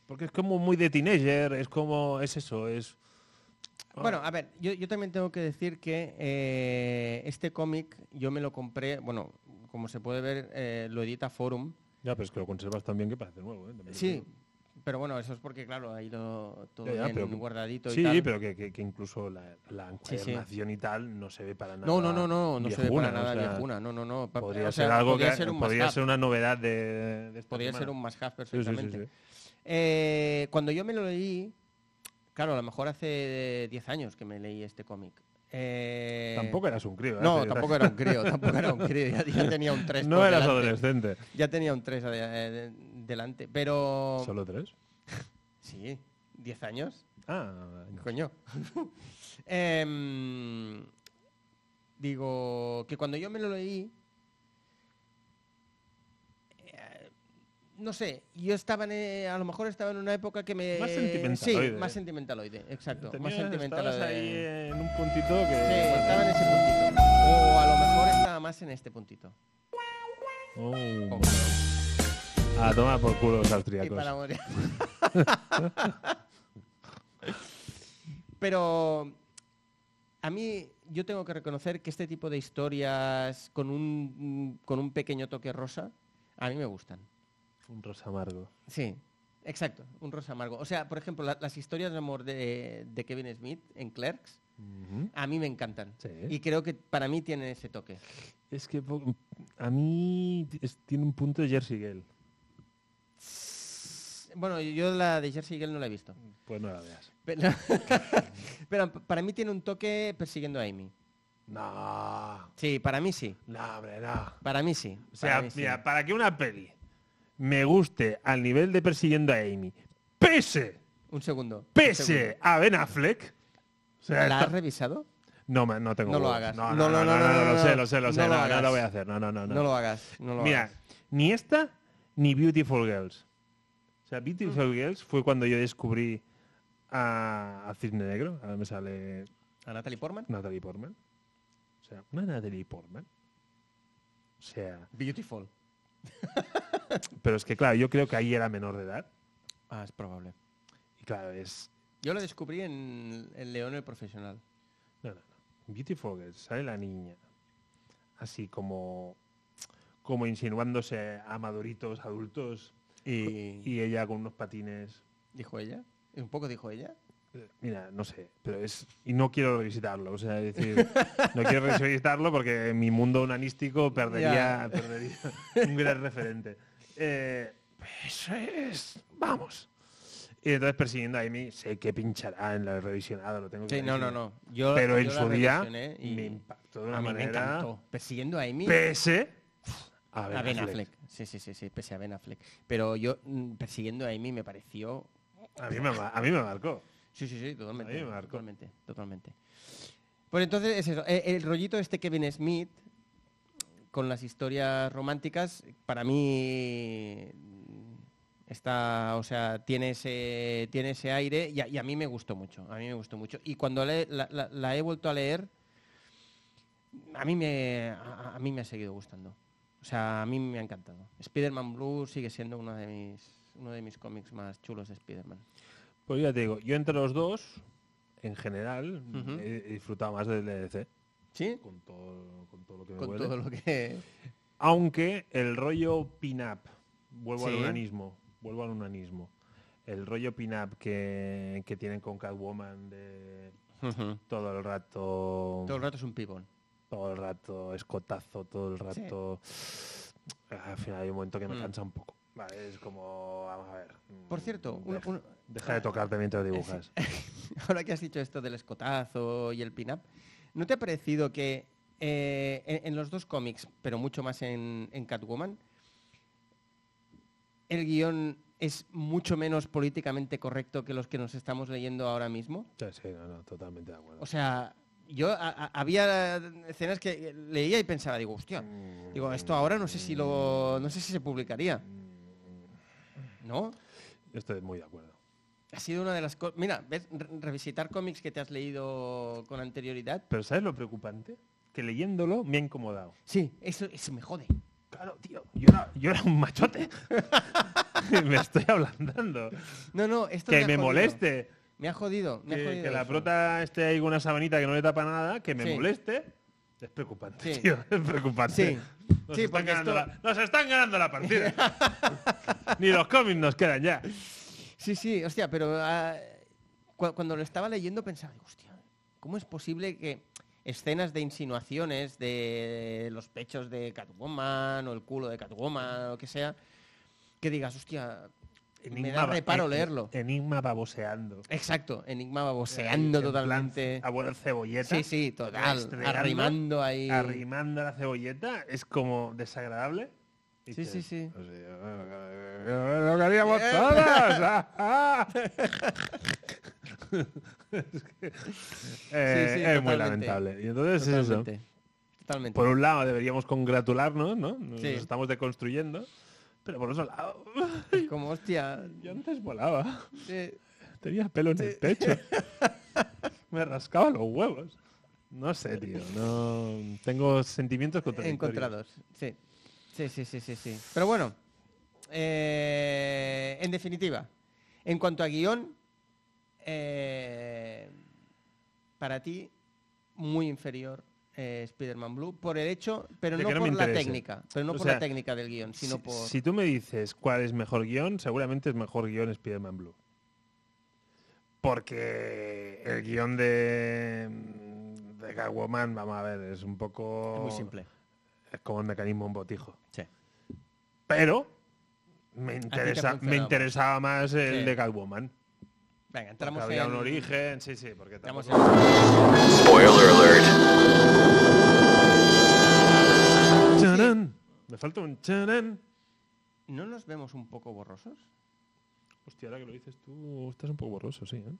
Speaker 1: Porque es como muy de teenager, es como... Es eso, es... Ah.
Speaker 2: Bueno, a ver, yo, yo también tengo que decir que eh, este cómic yo me lo compré, bueno, como se puede ver, eh, lo edita Forum.
Speaker 1: Ya, pero es que lo conservas también que parece nuevo, ¿eh? También te
Speaker 2: Sí,
Speaker 1: digo.
Speaker 2: pero bueno, eso es porque, claro, ha ido todo
Speaker 1: Ya, ya,
Speaker 2: bien
Speaker 1: pero que-
Speaker 2: guardadito y
Speaker 1: Sí,
Speaker 2: tal.
Speaker 1: pero que, que- que incluso la, la
Speaker 2: Sí, sí.
Speaker 1: encuadernación y tal no se ve para nada.
Speaker 2: No, no, no, no, no se ve para
Speaker 1: viejuna,
Speaker 2: nada
Speaker 1: o sea,
Speaker 2: viejuna, no, no, no. pa-
Speaker 1: Podría
Speaker 2: o sea,
Speaker 1: ser algo
Speaker 2: podría
Speaker 1: que
Speaker 2: ser un
Speaker 1: podría
Speaker 2: must-have,
Speaker 1: ser una novedad de, de esta
Speaker 2: podría ser
Speaker 1: semana.
Speaker 2: un must-have
Speaker 1: Sí, sí, sí,
Speaker 2: perfectamente.
Speaker 1: sí.
Speaker 2: Eh, cuando yo me lo leí, claro, a lo mejor hace 10 años que me leí este cómic. Eh,
Speaker 1: Tampoco eras un crío. ¿eh?
Speaker 2: No,
Speaker 1: Te-
Speaker 2: tampoco era un crío,
Speaker 1: (laughs)
Speaker 2: tampoco era un crío, ya, ya tenía un 3
Speaker 1: No eras adolescente.
Speaker 2: Ya tenía un 3 delante, pero...
Speaker 1: ¿Solo tres?
Speaker 2: Sí, 10 años.
Speaker 1: Ah,
Speaker 2: Coño. (laughs) Em, digo, que cuando yo me lo leí, eh, no sé, yo estaba en, eh, a lo mejor estaba en una época que me...
Speaker 1: Más sentimentaloide.
Speaker 2: Sí, más sentimentaloide, exacto. más
Speaker 1: Tenías- estabas
Speaker 2: sentimentaloide.
Speaker 1: ahí eh. en un puntito que...
Speaker 2: Sí, estaba en ese puntito. O a lo mejor estaba más en este puntito.
Speaker 1: Oh.
Speaker 2: O-
Speaker 1: A tomar por culo los
Speaker 2: Y
Speaker 1: austríacos.
Speaker 2: Oh. para morir. Pero a mí yo tengo que reconocer que este tipo de historias con un, con un pequeño toque rosa, a mí me gustan.
Speaker 1: Un rosa amargo.
Speaker 2: Sí, exacto, un rosa amargo. O sea, por ejemplo, la- las historias de amor de, de Kevin Smith en Clerks,
Speaker 1: Ujú.
Speaker 2: a mí me encantan.
Speaker 1: Sí.
Speaker 2: Y creo que para mí tienen ese toque.
Speaker 1: Es que po- a mí es- tiene un punto de Jersey Girl.
Speaker 2: Bueno, yo la de Jersey Girl no la he visto.
Speaker 1: Pues no la veas.
Speaker 2: Pero, (laughs) pero para mí tiene un toque persiguiendo a Amy.
Speaker 1: No,
Speaker 2: Sí, para mí sí.
Speaker 1: no, hombre, no.
Speaker 2: Para mí sí.
Speaker 1: O sea,
Speaker 2: para mí sí.
Speaker 1: mira, para que una peli me guste al nivel de persiguiendo a Amy, pese,
Speaker 2: Un segundo. un segundo.
Speaker 1: pese a Ben Affleck. O sea,
Speaker 2: ¿La
Speaker 1: esta-
Speaker 2: has revisado?
Speaker 1: no, me- no tengo
Speaker 2: No lo
Speaker 1: huevos.
Speaker 2: hagas.
Speaker 1: No, no, no, no, no, lo sé, lo sé, lo
Speaker 2: no
Speaker 1: sé.
Speaker 2: lo
Speaker 1: No, no
Speaker 2: hagas.
Speaker 1: lo voy a hacer. No, no, no.
Speaker 2: No,
Speaker 1: no.
Speaker 2: lo hagas. No lo
Speaker 1: Mira,
Speaker 2: hagas.
Speaker 1: ni esta ni Beautiful Girls. O sea, Beautiful Girls fue cuando yo descubrí a, a Cisne Negro. Ahora me sale
Speaker 2: ¿A Natalie Portman?
Speaker 1: Natalie Portman. O sea, una Natalie Portman. O sea,
Speaker 2: Beautiful.
Speaker 1: pero es que claro, yo creo que ahí era menor de edad.
Speaker 2: Ah, es probable.
Speaker 1: Y claro, es...
Speaker 2: Yo lo descubrí en, en León el Profesional.
Speaker 1: No, no, no. Beautiful Girls, sale la niña. Así como... Como insinuándose a maduritos adultos.
Speaker 2: Y,
Speaker 1: Y ella con unos patines.
Speaker 2: dijo ella. y Un poco dijo ella.
Speaker 1: Eh, Mira, no sé, pero es... Y no quiero revisitarlo, o sea, es decir, no quiero revisitarlo porque mi mundo unanístico perdería,
Speaker 2: Ya.
Speaker 1: perdería un gran referente. Eh, eso es... Vamos. Y entonces persiguiendo a Amy, sé que pinchará en la revisionada, lo tengo
Speaker 2: Sí, no, no,
Speaker 1: clarísimo.
Speaker 2: no. Yo,
Speaker 1: Pero en
Speaker 2: yo la
Speaker 1: su día
Speaker 2: revisioné y
Speaker 1: me impactó de una
Speaker 2: a mí me
Speaker 1: manera...
Speaker 2: encantó. Persiguiendo a Amy.
Speaker 1: Pese a Ben,
Speaker 2: a Ben
Speaker 1: Affleck.
Speaker 2: Affleck. Sí, sí, sí, sí, pese a Ben Affleck. Pero yo, mm, persiguiendo a Amy, me pareció...
Speaker 1: A mí, me, ma- a mí me marcó.
Speaker 2: Sí, sí, sí, totalmente.
Speaker 1: A mí me marcó.
Speaker 2: Totalmente, totalmente. Pues entonces es eso. eh, El, rollito este Kevin Smith con las historias románticas, para mí mm, está, o sea, tiene ese, tiene ese aire y a, y a mí me gustó mucho, a mí me gustó mucho. Y cuando le- la, la- la he vuelto a leer, a mí me, a, a mí me ha seguido gustando. O sea, a mí me ha encantado. Spider-Man Blue sigue siendo uno de mis, uno de mis cómics más chulos de Spider-Man.
Speaker 1: Pues ya te digo, yo entre los dos, en general,
Speaker 2: Ujú.
Speaker 1: he he disfrutado más del E DLC.
Speaker 2: ¿Sí?
Speaker 1: con todo, con todo lo que me
Speaker 2: Con
Speaker 1: huele.
Speaker 2: todo lo que...
Speaker 1: Aunque el rollo pin-up, vuelvo al
Speaker 2: Sí.
Speaker 1: unanismo, vuelvo al unanismo. El rollo pin-up que, que tienen con Catwoman de todo el rato,
Speaker 2: Todo el rato es un pibón.
Speaker 1: todo el rato escotazo, todo el rato... Ah, Al final hay un momento que me
Speaker 2: Mm.
Speaker 1: cansa un poco. Vale, es como, vamos a ver.
Speaker 2: Por
Speaker 1: mm,
Speaker 2: cierto, una-
Speaker 1: deja,
Speaker 2: una- Ah. Eh,
Speaker 1: deja de tocarte mientras
Speaker 2: (laughs)
Speaker 1: dibujas.
Speaker 2: (laughs) ahora que has dicho esto del escotazo y el pin-up, ¿no te ha parecido que eh, en, en los dos cómics, pero mucho más en, en Catwoman, el guión es mucho menos políticamente correcto que los que nos estamos leyendo ahora mismo?
Speaker 1: Sí, sí, no, no, totalmente de acuerdo.
Speaker 2: O sea, yo a- a- había escenas que leía y pensaba, digo, hostia,
Speaker 1: Mm,
Speaker 2: digo, esto ahora no sé si lo, no sé si se publicaría. ¿No?
Speaker 1: Estoy muy de acuerdo.
Speaker 2: Ha sido una de las cosas... Mira, ¿ves? Re- revisitar cómics que te has leído con anterioridad.
Speaker 1: Pero ¿sabes lo preocupante? Que leyéndolo me ha incomodado.
Speaker 2: Sí, eso, eso me jode.
Speaker 1: Claro, tío, yo era, yo era un machote. (laughs) me estoy ablandando.
Speaker 2: No, no, esto
Speaker 1: Que
Speaker 2: ha
Speaker 1: me
Speaker 2: jodido.
Speaker 1: moleste.
Speaker 2: Me ha jodido, me ha
Speaker 1: Que,
Speaker 2: jodido
Speaker 1: que la
Speaker 2: eso.
Speaker 1: prota esté ahí con una sabanita que no le tapa nada, que me
Speaker 2: Sí.
Speaker 1: moleste. Es preocupante,
Speaker 2: Sí.
Speaker 1: tío. Es preocupante.
Speaker 2: Sí.
Speaker 1: Nos,
Speaker 2: Sí,
Speaker 1: están
Speaker 2: porque
Speaker 1: ganando
Speaker 2: esto-
Speaker 1: la, nos están ganando la partida. Ni los cómics nos quedan ya.
Speaker 2: Sí, sí, hostia, pero ah, cu- cuando lo estaba leyendo pensaba, digo, hostia, ¿cómo es posible que escenas de insinuaciones de los pechos de Catwoman o el culo de Catwoman o lo que sea, que digas, hostia, me da
Speaker 1: ba-
Speaker 2: reparo
Speaker 1: en-
Speaker 2: leerlo?
Speaker 1: Enigma baboseando.
Speaker 2: Exacto, Enigma baboseando
Speaker 1: Eh, En plan,
Speaker 2: totalmente.
Speaker 1: A buena cebolleta.
Speaker 2: Sí, sí, total.
Speaker 1: Rastreando.
Speaker 2: Arrimando ahí.
Speaker 1: arrimando la cebolleta es como desagradable.
Speaker 2: Sí,
Speaker 1: Dices,
Speaker 2: sí, sí.
Speaker 1: "O sea, Lo que
Speaker 2: (laughs)
Speaker 1: haríamos todas. (laughs) ah, ah". Es que, eh, es
Speaker 2: sí,
Speaker 1: muy
Speaker 2: totalmente.
Speaker 1: lamentable. Y entonces es eso.
Speaker 2: Totalmente. Totalmente.
Speaker 1: Por un lado deberíamos congratularnos, ¿no? Nos
Speaker 2: Sí.
Speaker 1: estamos deconstruyendo. Pero por otro lado, (laughs)
Speaker 2: Como, hostia.
Speaker 1: yo antes volaba.
Speaker 2: eh,
Speaker 1: Tenía pelo en el pecho. (laughs) Me rascaba los huevos. No sé, tío. No... Tengo sentimientos contradictorios.
Speaker 2: encontrados. Sí. Sí, sí, sí, sí, sí. Pero bueno, eh, en definitiva, en cuanto a guión, eh, para ti, muy inferior eh, Spider-Man Blue, por el hecho, pero
Speaker 1: De
Speaker 2: no
Speaker 1: que no
Speaker 2: por
Speaker 1: me
Speaker 2: la
Speaker 1: interese.
Speaker 2: técnica, pero no
Speaker 1: O
Speaker 2: por la
Speaker 1: sea,
Speaker 2: técnica del guión, sino
Speaker 1: si,
Speaker 2: por...
Speaker 1: si tú me dices cuál es mejor guión, seguramente es mejor guión Spider-Man Blue. Porque el guión de, mm, de Catwoman, vamos a ver, es un poco...
Speaker 2: es muy simple.
Speaker 1: Es como el mecanismo en botijo.
Speaker 2: Sí.
Speaker 1: Pero me,
Speaker 2: te ha
Speaker 1: interesa,
Speaker 2: funcionado
Speaker 1: me
Speaker 2: más.
Speaker 1: interesaba más el
Speaker 2: Sí.
Speaker 1: de Catwoman. Porque
Speaker 2: Venga, entramos
Speaker 1: había
Speaker 2: en...
Speaker 1: un origen, sí, sí, porque
Speaker 2: entramos
Speaker 1: tampoco-
Speaker 2: en-
Speaker 3: Spoiler alert.
Speaker 1: Charan. Me falta un charan.
Speaker 2: ¿No nos vemos un poco borrosos?
Speaker 1: Hostia, ahora que lo dices tú, estás un poco borroso, sí, ¿eh?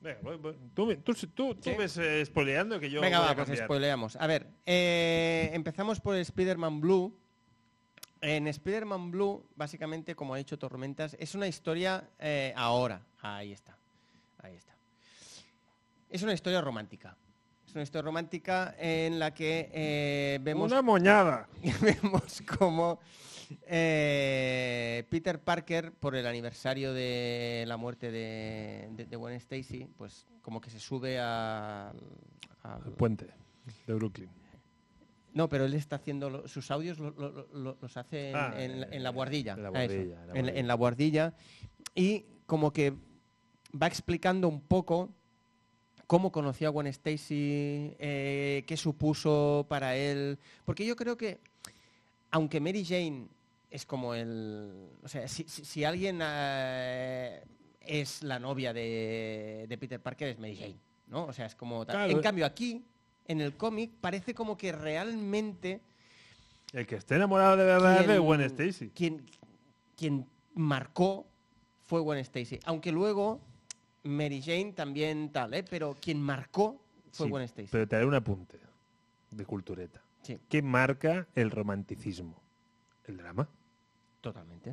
Speaker 1: Venga, voy- voy. tú, me- tú, tú, tú
Speaker 2: Sí.
Speaker 1: ves eh, spoileando que yo
Speaker 2: Venga,
Speaker 1: voy a
Speaker 2: va, pues
Speaker 1: cambiar.
Speaker 2: spoileamos. A ver, eh, empezamos por Spider-Man Blue. En Spider-Man Blue, básicamente, como ha dicho Tormentas, es una historia eh, ahora. Ahí está. Ahí está. Es una historia romántica. Es una historia romántica en la que eh, vemos (laughs)
Speaker 1: Una moñada.
Speaker 2: vemos como eh, Peter Parker, por el aniversario de la muerte de, de, de Gwen Stacy, pues como que se sube a,
Speaker 1: El
Speaker 2: al-
Speaker 1: puente de Brooklyn.
Speaker 2: No, pero él está haciendo lo- sus audios, lo- lo- lo- los hace en,
Speaker 1: Ah,
Speaker 2: en la- en la
Speaker 1: eh,
Speaker 2: guardilla.
Speaker 1: en la
Speaker 2: a eso,
Speaker 1: guardilla, en la
Speaker 2: en la- en la guardilla. Y como que va explicando un poco cómo conoció a Gwen Stacy, eh, qué supuso para él. Porque yo creo que, aunque Mary Jane es como el... O sea, si, si- si alguien eh, es la novia de, de Peter Parker, es Mary Jane, ¿no? O sea, es como... tal.
Speaker 1: Claro,
Speaker 2: En
Speaker 1: eh.
Speaker 2: cambio, aquí, en el cómic, parece como que realmente...
Speaker 1: El que esté enamorado de verdad es de
Speaker 2: quien-
Speaker 1: Gwen Stacy.
Speaker 2: Quien, quien marcó fue Gwen Stacy. Aunque luego Mary Jane también tal, ¿eh? Pero quien marcó fue
Speaker 1: Sí,
Speaker 2: Gwen Stacy.
Speaker 1: Pero te haré un apunte de cultureta.
Speaker 2: Sí,
Speaker 1: ¿Qué marca el romanticismo? El drama.
Speaker 2: totalmente.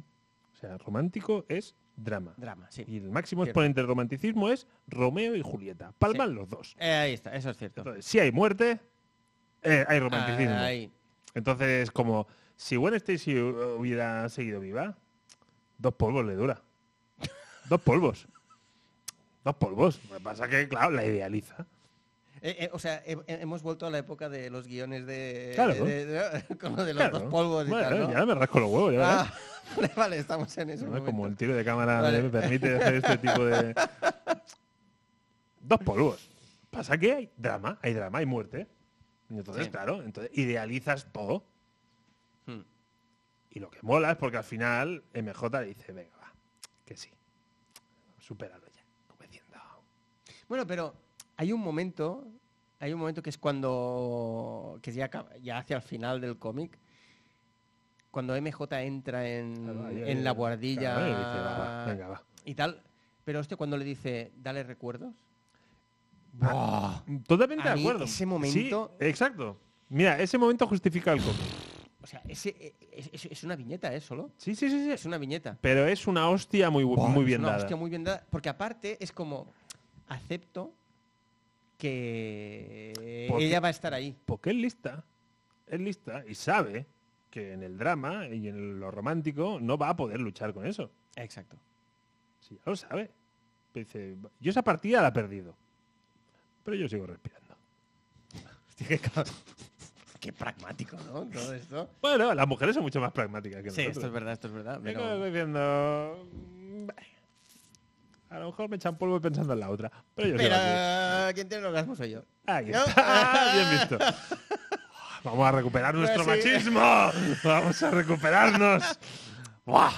Speaker 1: O sea, romántico es drama.
Speaker 2: Drama,
Speaker 1: Y
Speaker 2: sí.
Speaker 1: el máximo
Speaker 2: Cierto.
Speaker 1: exponente del romanticismo es Romeo y Julieta. Palman los dos.
Speaker 2: Eh, ahí está, eso es cierto.
Speaker 1: Entonces, si hay muerte, eh, hay romanticismo.
Speaker 2: Ahí.
Speaker 1: Entonces, como si Gwen Stacy hu- hubiera seguido viva, dos polvos le dura. Dos polvos. Dos polvos. Lo que pasa es que, claro, la idealiza.
Speaker 2: Eh, eh, o sea, he- he- hemos vuelto a la época de los guiones de...
Speaker 1: Claro.
Speaker 2: de- de- (laughs) con lo de los
Speaker 1: Claro.
Speaker 2: dos polvos y
Speaker 1: Bueno,
Speaker 2: tal, ¿no?
Speaker 1: Ya me rasco los huevos, ya verás.
Speaker 2: Ah, (laughs) vale, vale, estamos en eso.
Speaker 1: (laughs) No, Como el tiro de cámara
Speaker 2: Vale.
Speaker 1: me permite hacer este tipo de. Dos polvos. Pasa que hay drama, hay drama, hay muerte. Y Entonces,
Speaker 2: Sí.
Speaker 1: claro, entonces idealizas todo.
Speaker 2: Hmm.
Speaker 1: Y lo que mola es porque al final MJ le dice, venga, va, que sí. Supéralo ya. Como diciendo.
Speaker 2: Bueno, pero hay un momento, hay un momento que es cuando, que es ya, acaba- ya hacia el final del cómic, cuando MJ entra en,
Speaker 1: "Claro, ahí, ahí,
Speaker 2: en la
Speaker 1: ahí".
Speaker 2: guardilla
Speaker 1: "Mm, Claro, y dice, "Va, va, venga, va.
Speaker 2: y tal, pero este cuando le dice, dale recuerdos,
Speaker 1: Ah, Totalmente
Speaker 2: A
Speaker 1: de
Speaker 2: mí
Speaker 1: acuerdo.
Speaker 2: ese
Speaker 1: Sí,
Speaker 2: momento-
Speaker 1: exacto. Mira, ese momento justifica el cómic.
Speaker 2: o sea, ese- e- es, es- es una viñeta, ¿eh? Solo.
Speaker 1: Sí, sí, sí,
Speaker 2: Es
Speaker 1: sí.
Speaker 2: una viñeta.
Speaker 1: Pero es una hostia muy, bu-
Speaker 2: Buah,
Speaker 1: muy
Speaker 2: es
Speaker 1: bien
Speaker 2: una
Speaker 1: dada.
Speaker 2: pues hostia muy bien dada, porque aparte es como, acepto que
Speaker 1: Porque-
Speaker 2: ella va a estar ahí.
Speaker 1: Porque es lista, es lista y sabe que en el drama y en lo romántico no va a poder luchar con eso.
Speaker 2: Exacto. (laughs)
Speaker 1: Si ya lo sabe. Pero dice, yo esa partida la he perdido. Pero yo sigo respirando.
Speaker 2: Qué pragmático, ¿no? Todo esto.
Speaker 1: Bueno, las mujeres son mucho más pragmáticas que
Speaker 2: Sí,
Speaker 1: nosotros.
Speaker 2: esto es verdad, esto es verdad.
Speaker 1: Yo
Speaker 2: pero-
Speaker 1: como diciendo... "Mm, bah, A lo mejor me echan polvo pensando en la otra. Pero yo sigo aquí.
Speaker 2: Pero quien tiene el orgasmo soy yo.
Speaker 1: Ahí
Speaker 2: ¿No?
Speaker 1: está. (laughs) Bien visto. Vamos a recuperar nuestro
Speaker 2: Pues sí. (laughs)
Speaker 1: machismo. Vamos a recuperarnos. Buah.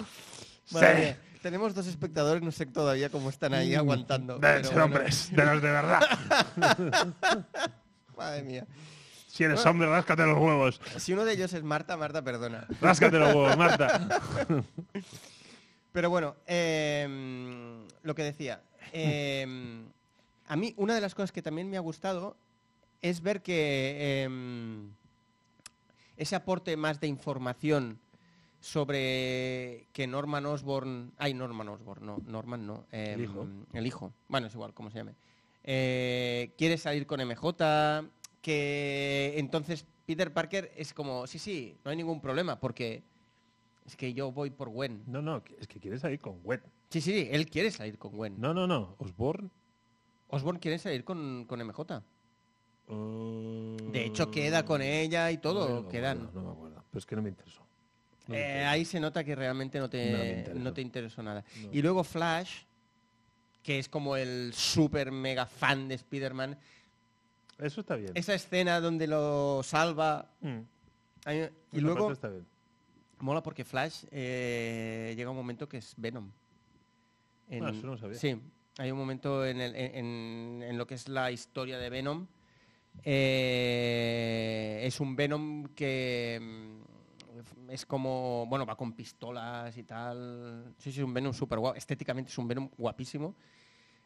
Speaker 2: Madre
Speaker 1: Sí.
Speaker 2: mía, Tenemos dos espectadores, no sé todavía cómo están ahí aguantando.
Speaker 1: Deben
Speaker 2: pero
Speaker 1: ser
Speaker 2: bueno,
Speaker 1: hombres, de los de verdad.
Speaker 2: Madre mía.
Speaker 1: Si eres hombre, ráscate los huevos.
Speaker 2: Si uno de ellos es Marta, Marta, perdona.
Speaker 1: Ráscate los huevos, Marta.
Speaker 2: Pero bueno, em, lo que decía. em, a mí una de las cosas que también me ha gustado es ver que em, ese aporte más de información sobre que Norman Osborn, ay Norman Osborn, no, Norman no, em,
Speaker 1: hijo.
Speaker 2: el hijo, bueno es igual como se llame, Eh, quiere salir con MJ, que entonces Peter Parker es como, sí, sí, no hay ningún problema porque es que yo voy por Gwen.
Speaker 1: No, no, que- es que quiere salir con Wet.
Speaker 2: Sí, sí, él quiere salir con Gwen.
Speaker 1: No, no, no. Osborne.
Speaker 2: Osborn quiere salir con, con MJ.
Speaker 1: mm,
Speaker 2: De hecho, queda con ella y todo,
Speaker 1: no me acuerdo,
Speaker 2: quedan.
Speaker 1: No me acuerdo. Pero es que no me interesó. No me
Speaker 2: Eh,
Speaker 1: interesó.
Speaker 2: ahí se nota que realmente no
Speaker 1: No me
Speaker 2: te,
Speaker 1: interesó.
Speaker 2: no te interesó nada.
Speaker 1: No.
Speaker 2: Y luego Flash, que es como el super mega fan de Spider-Man.
Speaker 1: Eso está bien.
Speaker 2: Esa escena donde lo salva.
Speaker 1: Mm,
Speaker 2: a mí- y
Speaker 1: esa
Speaker 2: luego
Speaker 1: parte está bien.
Speaker 2: mola porque Flash eh, llega un momento que es Venom. En-
Speaker 1: Ah, eso no lo sabía.
Speaker 2: Sí, hay un momento en, el- en- en- en lo que es la historia de Venom. eh, es un Venom que mm, es como, bueno, va con pistolas y tal. Sí, sí, es un Venom súper guapo. Estéticamente es un Venom guapísimo.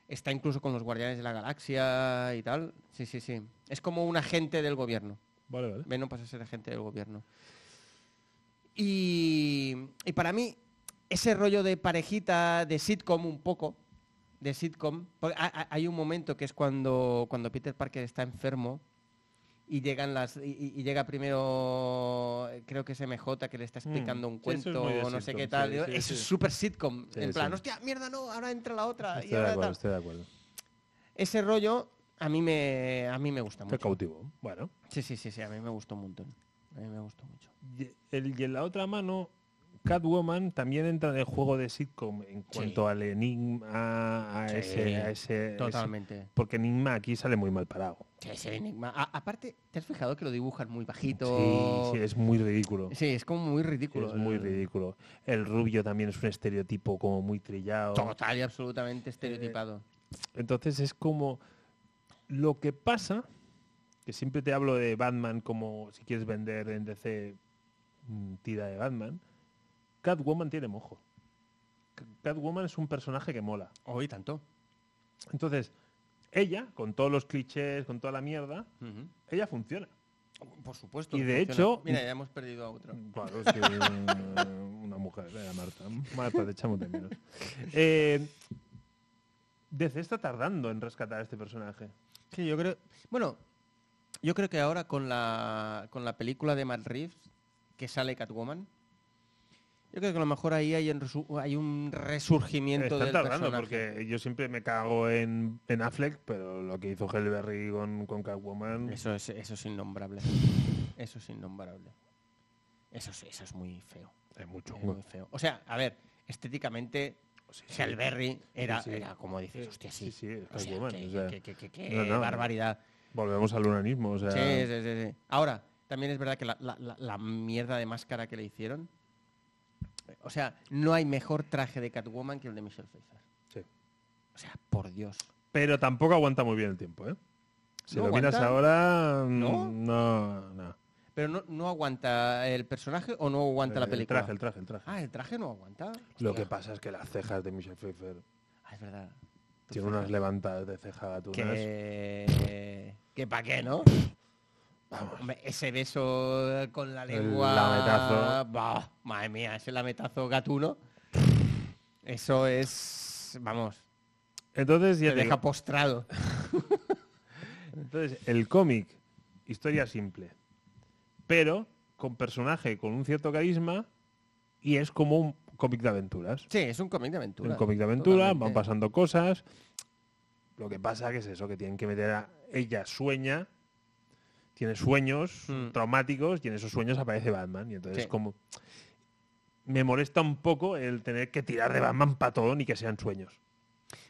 Speaker 2: Está incluso con los Guardianes de la Galaxia y tal. Sí, sí, sí. Es como un agente del gobierno.
Speaker 1: Vale, vale.
Speaker 2: Venom pasa a ser agente del gobierno. Y, y para mí, ese rollo de parejita, de sitcom un poco, de sitcom, porque ha- ha- hay un momento que es cuando, cuando Peter Parker está enfermo y llegan las y- y, y llega primero eh, creo que es MJ que le está explicando
Speaker 1: Mm,
Speaker 2: un
Speaker 1: sí, eso es
Speaker 2: cuento
Speaker 1: muy de
Speaker 2: o no sé
Speaker 1: sitcom,
Speaker 2: qué tal
Speaker 1: sí,
Speaker 2: Digo,
Speaker 1: sí,
Speaker 2: eso
Speaker 1: sí.
Speaker 2: es súper sitcom
Speaker 1: Sí,
Speaker 2: en plan
Speaker 1: sí.
Speaker 2: hostia mierda no ahora entra la otra y
Speaker 1: Estoy de
Speaker 2: ahora
Speaker 1: acuerdo,
Speaker 2: tal.
Speaker 1: estoy de acuerdo.
Speaker 2: ese rollo a mí me a mí me gusta
Speaker 1: Te
Speaker 2: mucho
Speaker 1: cautivo. Bueno.
Speaker 2: sí sí sí sí a mí me gustó un montón a mí me gustó mucho
Speaker 1: Y, el- y en la otra mano, Catwoman también entra en el juego de sitcom en cuanto al enigma, a
Speaker 2: Sí,
Speaker 1: ese... a ese-
Speaker 2: Totalmente.
Speaker 1: ese- porque enigma aquí sale muy mal parado.
Speaker 2: Sí, es el enigma. A- aparte, ¿te has fijado que lo dibujan muy
Speaker 1: Sí,
Speaker 2: bajito?
Speaker 1: sí, es muy ridículo.
Speaker 2: Sí, es como muy
Speaker 1: Sí,
Speaker 2: ridículo.
Speaker 1: es muy ridículo. El rubio también es un estereotipo como muy trillado.
Speaker 2: Total y absolutamente estereotipado.
Speaker 1: Entonces es como lo que pasa, que siempre te hablo de Batman como si quieres vender en DC mm, tira de Batman, Catwoman tiene mojo. C- Catwoman es un personaje que mola.
Speaker 2: Hoy tanto.
Speaker 1: Entonces, ella, con todos los clichés, con toda la mierda, ella funciona.
Speaker 2: Por supuesto.
Speaker 1: Y
Speaker 2: que
Speaker 1: de
Speaker 2: funciona.
Speaker 1: hecho-
Speaker 2: Mira, ya hemos perdido a otro.
Speaker 1: Claro, es que eh, una mujer, era Marta. Marta, te echamos de menos. Eh, DC está tardando en rescatar a este personaje.
Speaker 2: Sí, yo creo. Bueno, yo creo que ahora con la, con la película de Matt Reeves, que sale Catwoman. Yo creo que a lo mejor ahí hay, un resu- hay un resurgimiento
Speaker 1: Están
Speaker 2: del
Speaker 1: tardando
Speaker 2: personaje.
Speaker 1: porque yo siempre me cago en, en Affleck, pero lo que hizo Hellberry con, con Catwoman.
Speaker 2: Eso es, eso es innombrable. Eso es innombrable. Eso es, eso es muy feo.
Speaker 1: Es mucho.
Speaker 2: Es muy feo. O sea, a ver, estéticamente, Selberry era, era como dices, hostia,
Speaker 1: Sí,
Speaker 2: sí.
Speaker 1: sí, es
Speaker 2: O sea,
Speaker 1: Catwoman,
Speaker 2: que-
Speaker 1: o sea,
Speaker 2: que- que- que- que
Speaker 1: no, no.
Speaker 2: barbaridad.
Speaker 1: Volvemos al unanismo. O sea,
Speaker 2: Sí, sí, sí, sí. Ahora, también es verdad que la, la- la- la mierda de máscara que le hicieron. O sea, no hay mejor traje de Catwoman que el de Michelle Pfeiffer.
Speaker 1: sí.
Speaker 2: O sea, por Dios.
Speaker 1: Pero tampoco aguanta muy bien el tiempo, ¿eh? Si
Speaker 2: ¿No
Speaker 1: lo miras
Speaker 2: aguanta?
Speaker 1: ahora, mm,
Speaker 2: ¿No?
Speaker 1: no, no.
Speaker 2: Pero no, no aguanta el personaje o no aguanta la
Speaker 1: El
Speaker 2: película.
Speaker 1: traje, el traje, el traje.
Speaker 2: Ah, el traje no aguanta.
Speaker 1: Lo
Speaker 2: Hostia.
Speaker 1: que pasa es que las cejas de Michelle Pfeiffer
Speaker 2: Ah, es verdad.
Speaker 1: tienen unas levantadas de ceja gatunas.
Speaker 2: Que... Que pa' qué, ¿no? Hombre, ese beso con la lengua...
Speaker 1: lametazo.
Speaker 2: Bah, madre mía, ese lametazo gatuno. Eso es... Vamos,
Speaker 1: Entonces, ya
Speaker 2: te
Speaker 1: te digo,
Speaker 2: deja postrado.
Speaker 1: Entonces, el cómic, historia simple, pero con personaje con un cierto carisma y es como un cómic de aventuras.
Speaker 2: Sí, es un cómic de aventura.
Speaker 1: Un cómic de aventura, van
Speaker 2: totalmente.
Speaker 1: pasando cosas. Lo que pasa que es eso, que tienen que meter a ella sueña, tiene sueños
Speaker 2: Mm.
Speaker 1: traumáticos y en esos sueños aparece Batman. Y entonces
Speaker 2: Sí.
Speaker 1: como me molesta un poco el tener que tirar de Batman para todo ni que sean sueños.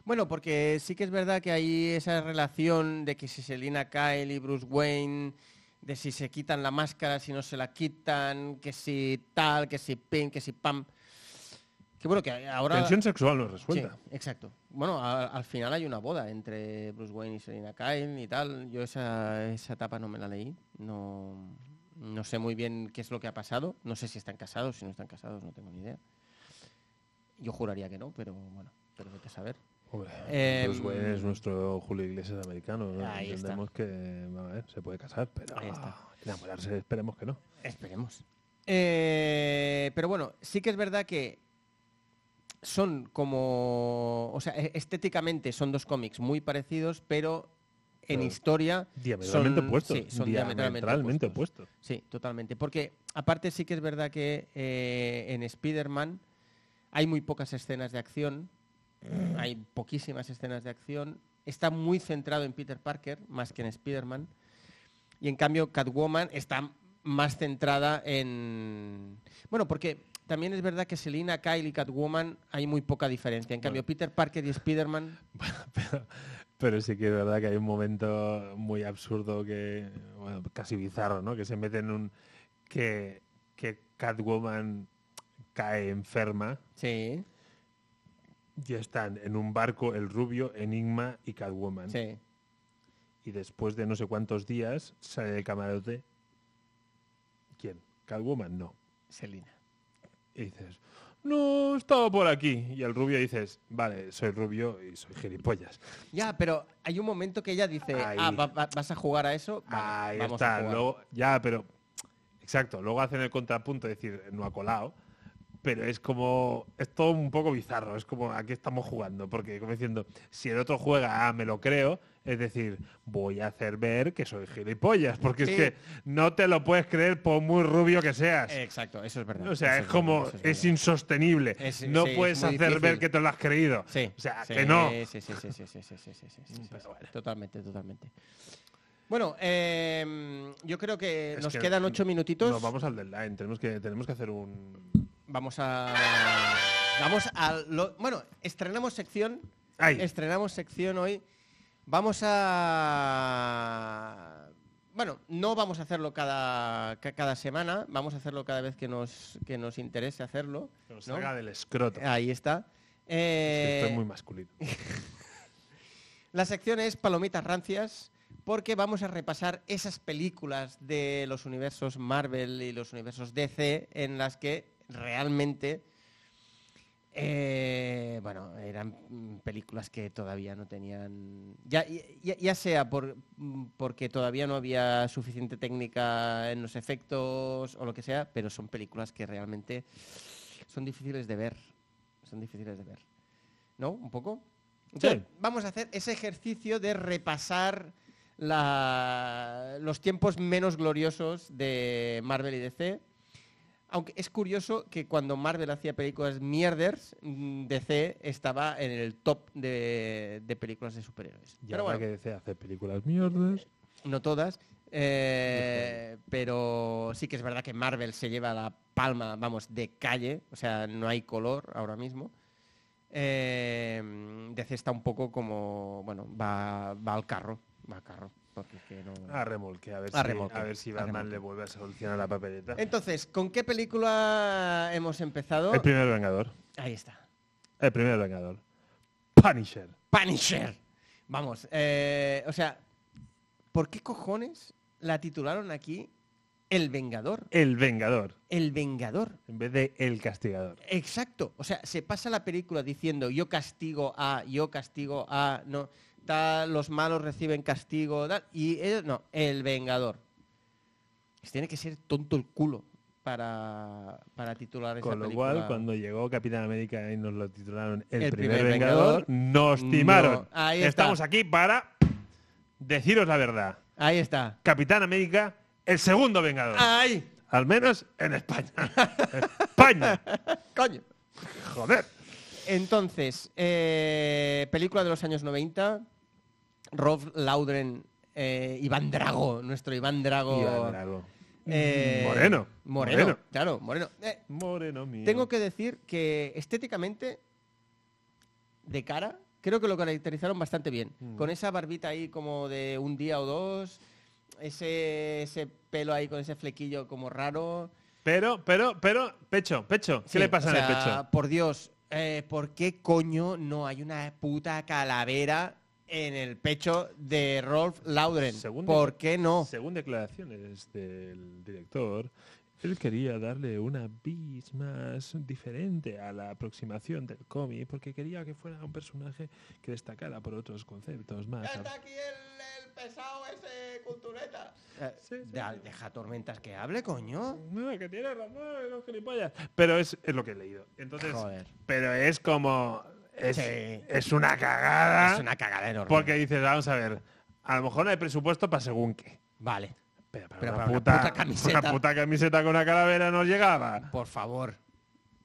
Speaker 2: Bueno, porque sí que es verdad que hay esa relación de que si Selina Kyle y Bruce Wayne, de si se quitan la máscara, si no se la quitan, que si tal, que si pin, que si pam. Que bueno, que ahora...
Speaker 1: Tensión sexual no es
Speaker 2: Sí,
Speaker 1: resuelta.
Speaker 2: exacto. Bueno, a- al final hay una boda entre Bruce Wayne y Selina Kyle y tal. Yo esa, esa etapa no me la leí. No, no sé muy bien qué es lo que ha pasado. No sé si están casados, si no están casados, no tengo ni idea. Yo juraría que no, pero bueno, pero vete a saber.
Speaker 1: Hombre,
Speaker 2: Eh,
Speaker 1: Bruce Wayne es nuestro Julio Iglesias americano. ¿no?
Speaker 2: ahí está.
Speaker 1: Entendemos que vamos a ver, se puede casar, pero
Speaker 2: Ahí está.
Speaker 1: enamorarse esperemos que no.
Speaker 2: Esperemos. Eh, pero bueno, sí que es verdad que son como. O sea, e- estéticamente son dos cómics muy parecidos, pero en
Speaker 1: Pero
Speaker 2: historia.
Speaker 1: Diametralmente
Speaker 2: son,
Speaker 1: opuestos.
Speaker 2: Sí, son diametralmente,
Speaker 1: diametralmente
Speaker 2: opuestos.
Speaker 1: opuestos.
Speaker 2: Sí, totalmente. Porque aparte sí que es verdad que eh, en Spider-Man hay muy pocas escenas de acción, hay poquísimas escenas de acción, está muy centrado en Peter Parker más que en Spider-Man, y en cambio Catwoman está más centrada en... Bueno, porque también es verdad que Selina, Kyle y Catwoman hay muy poca diferencia, en cambio Peter Parker y Spider-Man...
Speaker 1: (laughs) Pero, pero sí que es verdad que hay un momento muy absurdo que, bueno, casi bizarro, ¿no? Que se mete en un... que, que Catwoman cae enferma
Speaker 2: Sí,
Speaker 1: y están en un barco el rubio, Enigma y Catwoman.
Speaker 2: sí.
Speaker 1: Y después de no sé cuántos días sale del camarote... ¿Quién? Catwoman, no.
Speaker 2: Selina.
Speaker 1: Y dices, no, estaba por aquí. Y el rubio dices, vale, soy rubio y soy gilipollas.
Speaker 2: Ya, pero hay un momento que ella dice,
Speaker 1: Ahí.
Speaker 2: ah, va- va- vas a jugar a eso. Vale,
Speaker 1: Ahí
Speaker 2: vamos a
Speaker 1: está.
Speaker 2: jugar.
Speaker 1: Luego, ya, pero. Exacto. Luego hacen el contrapunto, es decir, no ha colado. Pero es como. Es todo un poco bizarro. Es como aquí estamos jugando. Porque como diciendo, si el otro juega, ah, me lo creo. Es decir, voy a hacer ver que soy gilipollas. Porque
Speaker 2: Sí.
Speaker 1: es que no te lo puedes creer por muy rubio que seas.
Speaker 2: Eh, Exacto, eso es verdad.
Speaker 1: o sea,
Speaker 2: eso
Speaker 1: es
Speaker 2: verdad,
Speaker 1: como,
Speaker 2: eso
Speaker 1: es,
Speaker 2: verdad.
Speaker 1: insostenible.
Speaker 2: Es-
Speaker 1: no
Speaker 2: sí, es
Speaker 1: puedes
Speaker 2: muy
Speaker 1: hacer
Speaker 2: difícil.
Speaker 1: ver que te lo has creído.
Speaker 2: Sí,
Speaker 1: o sea,
Speaker 2: sí, eh,
Speaker 1: que no.
Speaker 2: Sí, sí, sí, sí, sí, sí, sí, sí, sí, sí, sí, sí,
Speaker 1: Pero
Speaker 2: sí.
Speaker 1: bueno.
Speaker 2: Totalmente, totalmente. Bueno, eh, yo creo que
Speaker 1: Es
Speaker 2: nos
Speaker 1: que
Speaker 2: quedan ocho minutitos.
Speaker 1: Nos vamos al deadline. Tenemos que, tenemos que hacer un...
Speaker 2: Vamos a. Vamos a. lo- bueno, estrenamos sección.
Speaker 1: Ay.
Speaker 2: Estrenamos sección hoy. Vamos a. Bueno, no vamos a hacerlo cada, ca- cada semana, vamos a hacerlo cada vez que nos, que nos interese hacerlo.
Speaker 1: Que nos
Speaker 2: ¿no?
Speaker 1: salga del escroto.
Speaker 2: Ahí está.
Speaker 1: Es que
Speaker 2: Eh,
Speaker 1: Estoy muy
Speaker 2: (laughs)
Speaker 1: masculino.
Speaker 2: La sección es Palomitas Rancias, porque vamos a repasar esas películas de los universos Marvel y los universos DC en las que realmente, eh, bueno, eran mm, películas que todavía no tenían, ya, ya, ya sea por, mm, porque todavía no había suficiente técnica en los efectos o lo que sea, pero son películas que realmente son difíciles de ver, son difíciles de ver. ¿No? ¿Un poco? Entonces, Vamos a hacer ese ejercicio de repasar la- los tiempos menos gloriosos de Marvel y DC. Aunque es curioso que cuando Marvel hacía películas mierders, mm, DC estaba en el top de, de películas de superhéroes.
Speaker 1: Ya
Speaker 2: Pero bueno,
Speaker 1: que decía hacer películas mierdas.
Speaker 2: no todas. eh, pero sí que es verdad que Marvel se lleva la palma, vamos, de calle. O sea, no hay color ahora mismo. Eh, DC está un poco como, bueno, va, va al carro. Va al carro. Porque es que no...
Speaker 1: A remolque, a ver,
Speaker 2: A
Speaker 1: si,
Speaker 2: remolque,
Speaker 1: a ver si
Speaker 2: a
Speaker 1: Batman
Speaker 2: remolque.
Speaker 1: le vuelve a solucionar la papeleta.
Speaker 2: Entonces, ¿con qué película hemos empezado?
Speaker 1: El primer vengador.
Speaker 2: Ahí está.
Speaker 1: El primer vengador. Punisher.
Speaker 2: Punisher. Vamos, eh, o sea, ¿por qué cojones la titularon aquí El Vengador?
Speaker 1: El vengador.
Speaker 2: El Vengador.
Speaker 1: En vez de el castigador.
Speaker 2: Exacto. O sea, se pasa la película diciendo yo castigo a, yo castigo a, no, tal, los malos reciben castigo, tal, y ellos no, el vengador. Pues tiene que ser tonto el culo para, para titular esa
Speaker 1: Con lo
Speaker 2: película.
Speaker 1: cual, cuando llegó Capitán América y nos lo titularon El,
Speaker 2: El
Speaker 1: primer,
Speaker 2: primer
Speaker 1: vengador,
Speaker 2: Vengador,
Speaker 1: nos
Speaker 2: no.
Speaker 1: timaron.
Speaker 2: Ahí está.
Speaker 1: Estamos aquí para deciros la verdad.
Speaker 2: Ahí está.
Speaker 1: Capitán América, el segundo vengador.
Speaker 2: ¡Ay!
Speaker 1: Al menos en España. (laughs) España.
Speaker 2: ¡Coño!
Speaker 1: Joder.
Speaker 2: Entonces, eh, película de los años 90, Rob Laudren, eh, Iván Drago, nuestro Iván Drago.
Speaker 1: Iván Drago.
Speaker 2: eh,
Speaker 1: Moreno.
Speaker 2: Moreno.
Speaker 1: Moreno.
Speaker 2: Claro, Moreno. Eh,
Speaker 1: Moreno mío.
Speaker 2: Tengo que decir que estéticamente, de cara, creo que lo caracterizaron bastante bien.
Speaker 1: Mm.
Speaker 2: Con esa barbita ahí como de un día o dos, ese, ese pelo ahí con ese flequillo como raro.
Speaker 1: Pero, pero, pero, pecho, pecho. ¿Qué
Speaker 2: Sí,
Speaker 1: le pasa
Speaker 2: o
Speaker 1: en el
Speaker 2: sea,
Speaker 1: pecho?
Speaker 2: Por Dios, eh, ¿por qué coño no hay una puta calavera en el pecho de Rolf Laudren?
Speaker 1: Según
Speaker 2: ¿Por
Speaker 1: dice-
Speaker 2: qué no?
Speaker 1: Según declaraciones del director, Él quería darle una vis más diferente a la aproximación del cómic, porque quería que fuera un personaje que destacara por otros conceptos más.
Speaker 4: Ya está aquí el, el pesado ese cultureta.
Speaker 2: Eh,
Speaker 1: Sí, sí,
Speaker 2: da-
Speaker 1: sí.
Speaker 2: Deja tormentas que hable, coño.
Speaker 1: No, que tiene razón, los gilipollas. Pero es, es lo que he leído. Entonces,
Speaker 2: Joder.
Speaker 1: pero es como. Es,
Speaker 2: Sí.
Speaker 1: es una cagada.
Speaker 2: Es una cagada enorme.
Speaker 1: Ah, Porque dices, vamos a ver, a lo mejor no hay presupuesto para según qué.
Speaker 2: Vale,
Speaker 1: Pero para,
Speaker 2: Pero
Speaker 1: (laughs) una,
Speaker 2: para una
Speaker 1: puta,
Speaker 2: puta camiseta.
Speaker 1: una puta camiseta con una calavera no llegaba.
Speaker 2: por favor.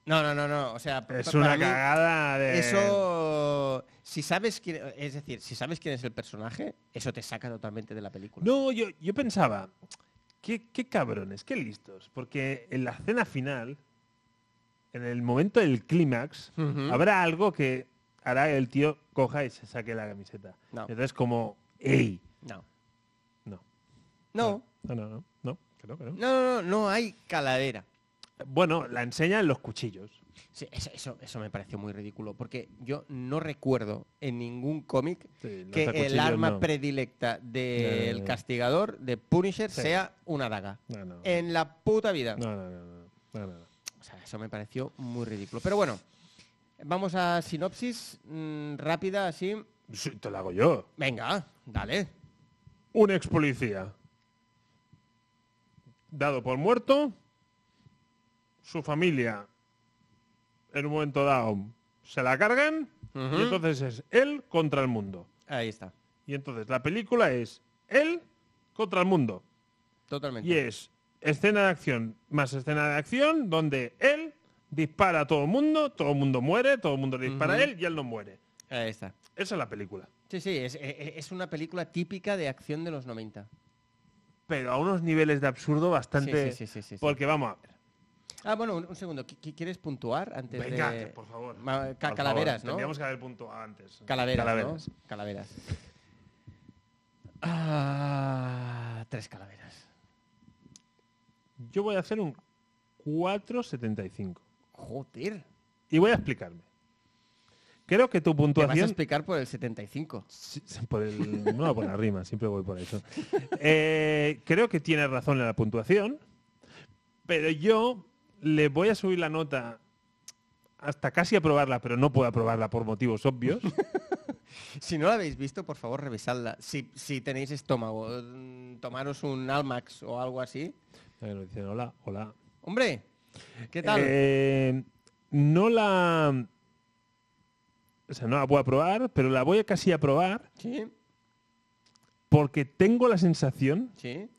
Speaker 2: No, no, no, no. O sea, pa-
Speaker 1: Es
Speaker 2: para
Speaker 1: una
Speaker 2: mí
Speaker 1: cagada de.
Speaker 2: Eso, si sabes quién, es decir, si sabes quién es el personaje, eso te saca totalmente de la película.
Speaker 1: No, yo, yo pensaba, ¿qué, qué cabrones, qué listos. Porque en la escena final, en el momento del clímax,
Speaker 2: Ujú.
Speaker 1: habrá algo que hará que el tío coja y se saque la camiseta.
Speaker 2: No.
Speaker 1: Entonces, como, ¡ey!
Speaker 2: No.
Speaker 1: No.
Speaker 2: No,
Speaker 1: No, no, no. No, que no, que no.
Speaker 2: no, no, no, no hay caladera.
Speaker 1: Bueno, la enseña en los cuchillos.
Speaker 2: Sí, eso, eso- eso me pareció muy ridículo, porque yo no recuerdo en ningún cómic
Speaker 1: Sí,
Speaker 2: que
Speaker 1: lanzacuchillos
Speaker 2: el arma
Speaker 1: no.
Speaker 2: predilecta
Speaker 1: Ya,
Speaker 2: del
Speaker 1: ya, ya.
Speaker 2: castigador, de Punisher,
Speaker 1: Sí.
Speaker 2: sea una daga.
Speaker 1: No, no.
Speaker 2: En la puta vida.
Speaker 1: No, no, no, no, no, no, no.
Speaker 2: O sea, eso me pareció muy ridículo. Pero bueno, vamos a sinopsis mm, rápida, así.
Speaker 1: Sí, te lo hago yo.
Speaker 2: Venga, dale.
Speaker 1: Un ex policía. Dado por muerto. Su familia. En un momento dado. Se la cargan.
Speaker 2: Ujú.
Speaker 1: Y entonces es él contra el mundo.
Speaker 2: Ahí está.
Speaker 1: Y entonces la película es él contra el mundo.
Speaker 2: Totalmente.
Speaker 1: Y es escena de acción más escena de acción donde él dispara a todo el mundo, todo el mundo muere, todo el mundo le dispara a él y él no muere.
Speaker 2: Ahí está.
Speaker 1: Esa es la película.
Speaker 2: Sí, sí, es, e- es una película típica de acción de los 90.
Speaker 1: Pero a unos niveles de absurdo bastante...
Speaker 2: Sí, sí, sí, sí, sí, sí.
Speaker 1: porque vamos a ver.
Speaker 2: Ah, bueno, un, un segundo. ¿Qui- qui- ¿Quieres puntuar antes
Speaker 1: Venga,
Speaker 2: de...?
Speaker 1: que por favor.
Speaker 2: Ma- ca-
Speaker 1: Por
Speaker 2: calaveras,
Speaker 1: favor,
Speaker 2: ¿no?
Speaker 1: Tendríamos que haber punto antes.
Speaker 2: Calaveras,
Speaker 1: Calaveras.
Speaker 2: ¿no? Calaveras. Ah, tres calaveras.
Speaker 1: Yo voy a hacer un 4.75.
Speaker 2: Joder.
Speaker 1: Y voy a explicarme. Creo que tu
Speaker 2: Te vas a
Speaker 1: puntuación...
Speaker 2: explicar por el 75.
Speaker 1: Sí, sí, Por el, no, por la rima, siempre voy por eso. Eh, creo que tienes razón en la puntuación, pero yo le voy a subir la nota hasta casi aprobarla, pero no puedo aprobarla por motivos
Speaker 2: (laughs)
Speaker 1: obvios.
Speaker 2: Si no la habéis visto, por favor, revisadla. Si, si tenéis estómago, mm, tomaros un Almax o algo así.
Speaker 1: A ver, nos dicen, hola, hola.
Speaker 2: Hombre, ¿qué tal?
Speaker 1: Eh, no la. O sea, no la puedo aprobar, pero la voy a casi aprobar
Speaker 2: Sí,
Speaker 1: porque tengo la sensación
Speaker 2: sí.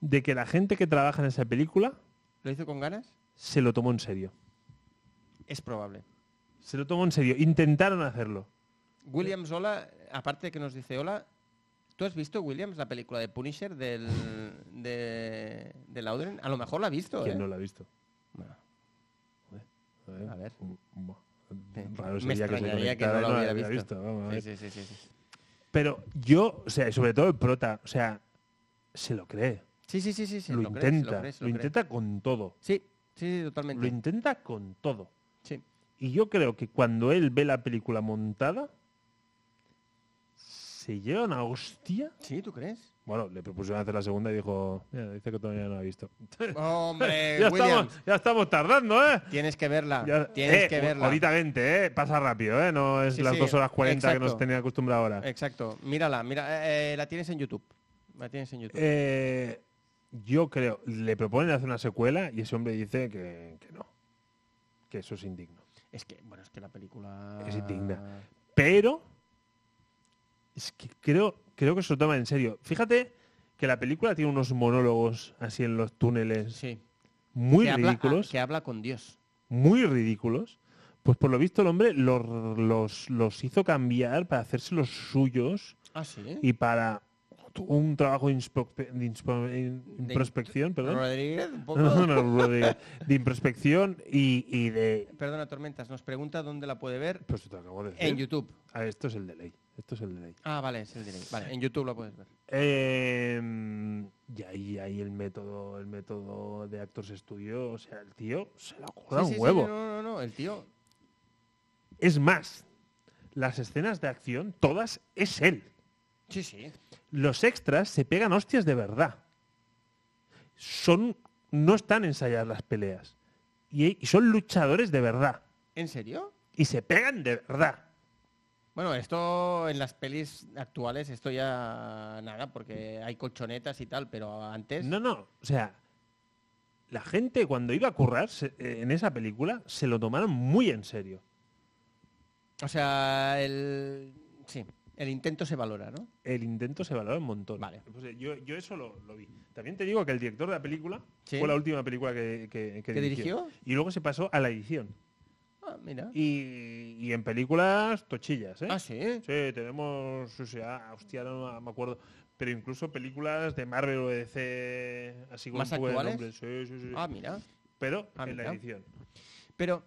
Speaker 1: de que la gente que trabaja en esa película
Speaker 2: ¿Lo hizo con ganas?
Speaker 1: se lo tomó en serio.
Speaker 2: Es probable.
Speaker 1: Se lo tomó en serio. Intentaron hacerlo.
Speaker 2: Williams Hola, aparte de que nos dice hola, ¿tú has visto Williams la película de Punisher del, de, de Laudren? A lo mejor la ha visto.
Speaker 1: ¿Quién
Speaker 2: ¿eh?
Speaker 1: no la ha visto?
Speaker 2: Bueno,
Speaker 1: A
Speaker 2: A ver. sí.
Speaker 1: Raro
Speaker 2: Me
Speaker 1: sería que se
Speaker 2: extrañaría que, no
Speaker 1: conectara y
Speaker 2: la hubiera visto.
Speaker 1: Vamos a ver.
Speaker 2: Sí, sí, sí, sí, sí.
Speaker 1: Pero yo, o sea, y sobre todo el prota, o sea, se lo cree.
Speaker 2: Sí, sí, sí, sí, sí,
Speaker 1: lo,
Speaker 2: cree, se
Speaker 1: intenta.
Speaker 2: cree, se
Speaker 1: lo
Speaker 2: cree.
Speaker 1: intenta con todo.
Speaker 2: Sí, sí, sí,
Speaker 1: Lo
Speaker 2: totalmente.
Speaker 1: intenta con todo.
Speaker 2: Sí.
Speaker 1: Y yo creo que cuando él ve la película montada, se lleva una hostia.
Speaker 2: sí,
Speaker 1: (laughs)
Speaker 2: ¿tú crees?
Speaker 1: Bueno, le propusieron hacer la segunda y dijo, "Mira, dice que todavía no la ha visto.
Speaker 2: Hombre,
Speaker 1: (laughs) ya,
Speaker 2: Williams,
Speaker 1: estamos, ya estamos tardando, ¿eh?
Speaker 2: tienes que verla.
Speaker 1: Ya-
Speaker 2: tienes
Speaker 1: eh,
Speaker 2: que verla.
Speaker 1: Ahorita 20, ¿eh? Pasa rápido, ¿eh? No es
Speaker 2: Sí,
Speaker 1: las
Speaker 2: sí,
Speaker 1: 2 horas 40 que nos
Speaker 2: exacto.
Speaker 1: tenía acostumbrado ahora.
Speaker 2: Exacto, mírala, mira, eh, eh, la tienes en YouTube. La tienes en YouTube.
Speaker 1: Eh, yo creo, le proponen hacer una secuela y ese hombre dice que, que no, que eso es indigno.
Speaker 2: es que, bueno, es que la película...
Speaker 1: Es indigna. Pero es que creo, creo que se lo toma en serio. Fíjate que la película tiene unos monólogos así en los túneles
Speaker 2: Sí.
Speaker 1: muy
Speaker 2: que habla-
Speaker 1: ridículos,
Speaker 2: ah, que habla con Dios.
Speaker 1: muy ridículos. Pues por lo visto el hombre los, los, los hizo cambiar para hacerse los suyos
Speaker 2: Ah, sí.
Speaker 1: y para un trabajo de, insprope- de inspo- in-
Speaker 2: De
Speaker 1: introspección, perdón.
Speaker 2: Rodríguez, un
Speaker 1: (laughs)
Speaker 2: poco.
Speaker 1: No, no, no, Rodríguez. de introspección y, y de...
Speaker 2: Perdona, Tormentas, nos pregunta dónde la puede ver.
Speaker 1: Pues te lo acabo de decir.
Speaker 2: En YouTube.
Speaker 1: Ah, esto es el de ley. Esto es el de ley.
Speaker 2: Ah, vale, es el delay. Vale, en YouTube la puedes ver.
Speaker 1: Eh, y ahí, ahí el método el método de Actors Studio, o sea, el tío se lo ocurre
Speaker 2: Sí,
Speaker 1: un
Speaker 2: sí, sí,
Speaker 1: huevo.
Speaker 2: no, no, no, el tío.
Speaker 1: Es más, las escenas de acción, todas es él.
Speaker 2: Sí, sí.
Speaker 1: Los extras se pegan hostias de verdad. Son no están ensayadas las peleas. Y, y son luchadores de verdad.
Speaker 2: ¿En serio?
Speaker 1: Y se pegan de verdad.
Speaker 2: Bueno, esto en las pelis actuales, esto ya nada, porque hay colchonetas y tal, pero antes.
Speaker 1: No, no. O sea, la gente cuando iba a currar se- eh, en esa película se lo tomaron muy en serio.
Speaker 2: O sea, el. Sí, el intento se valora, ¿no?
Speaker 1: El intento se valora un montón.
Speaker 2: Vale.
Speaker 1: Pues, eh, yo, yo eso lo, lo vi. También te digo que el director de la película
Speaker 2: Sí.
Speaker 1: fue la última película que, que- que
Speaker 2: ¿Que dirigió?
Speaker 1: Y luego se pasó a la edición.
Speaker 2: Ah, mira.
Speaker 1: Y, y en películas tochillas, ¿eh?
Speaker 2: Ah, sí.
Speaker 1: Sí, tenemos, o sea, hostia, no no me acuerdo, pero incluso películas de Marvel o de DC, así con
Speaker 2: ¿Más
Speaker 1: un poco de
Speaker 2: actuales?
Speaker 1: nombre. Sí, sí, sí.
Speaker 2: Ah, mira.
Speaker 1: pero
Speaker 2: ah,
Speaker 1: en la
Speaker 2: mira.
Speaker 1: edición.
Speaker 2: Pero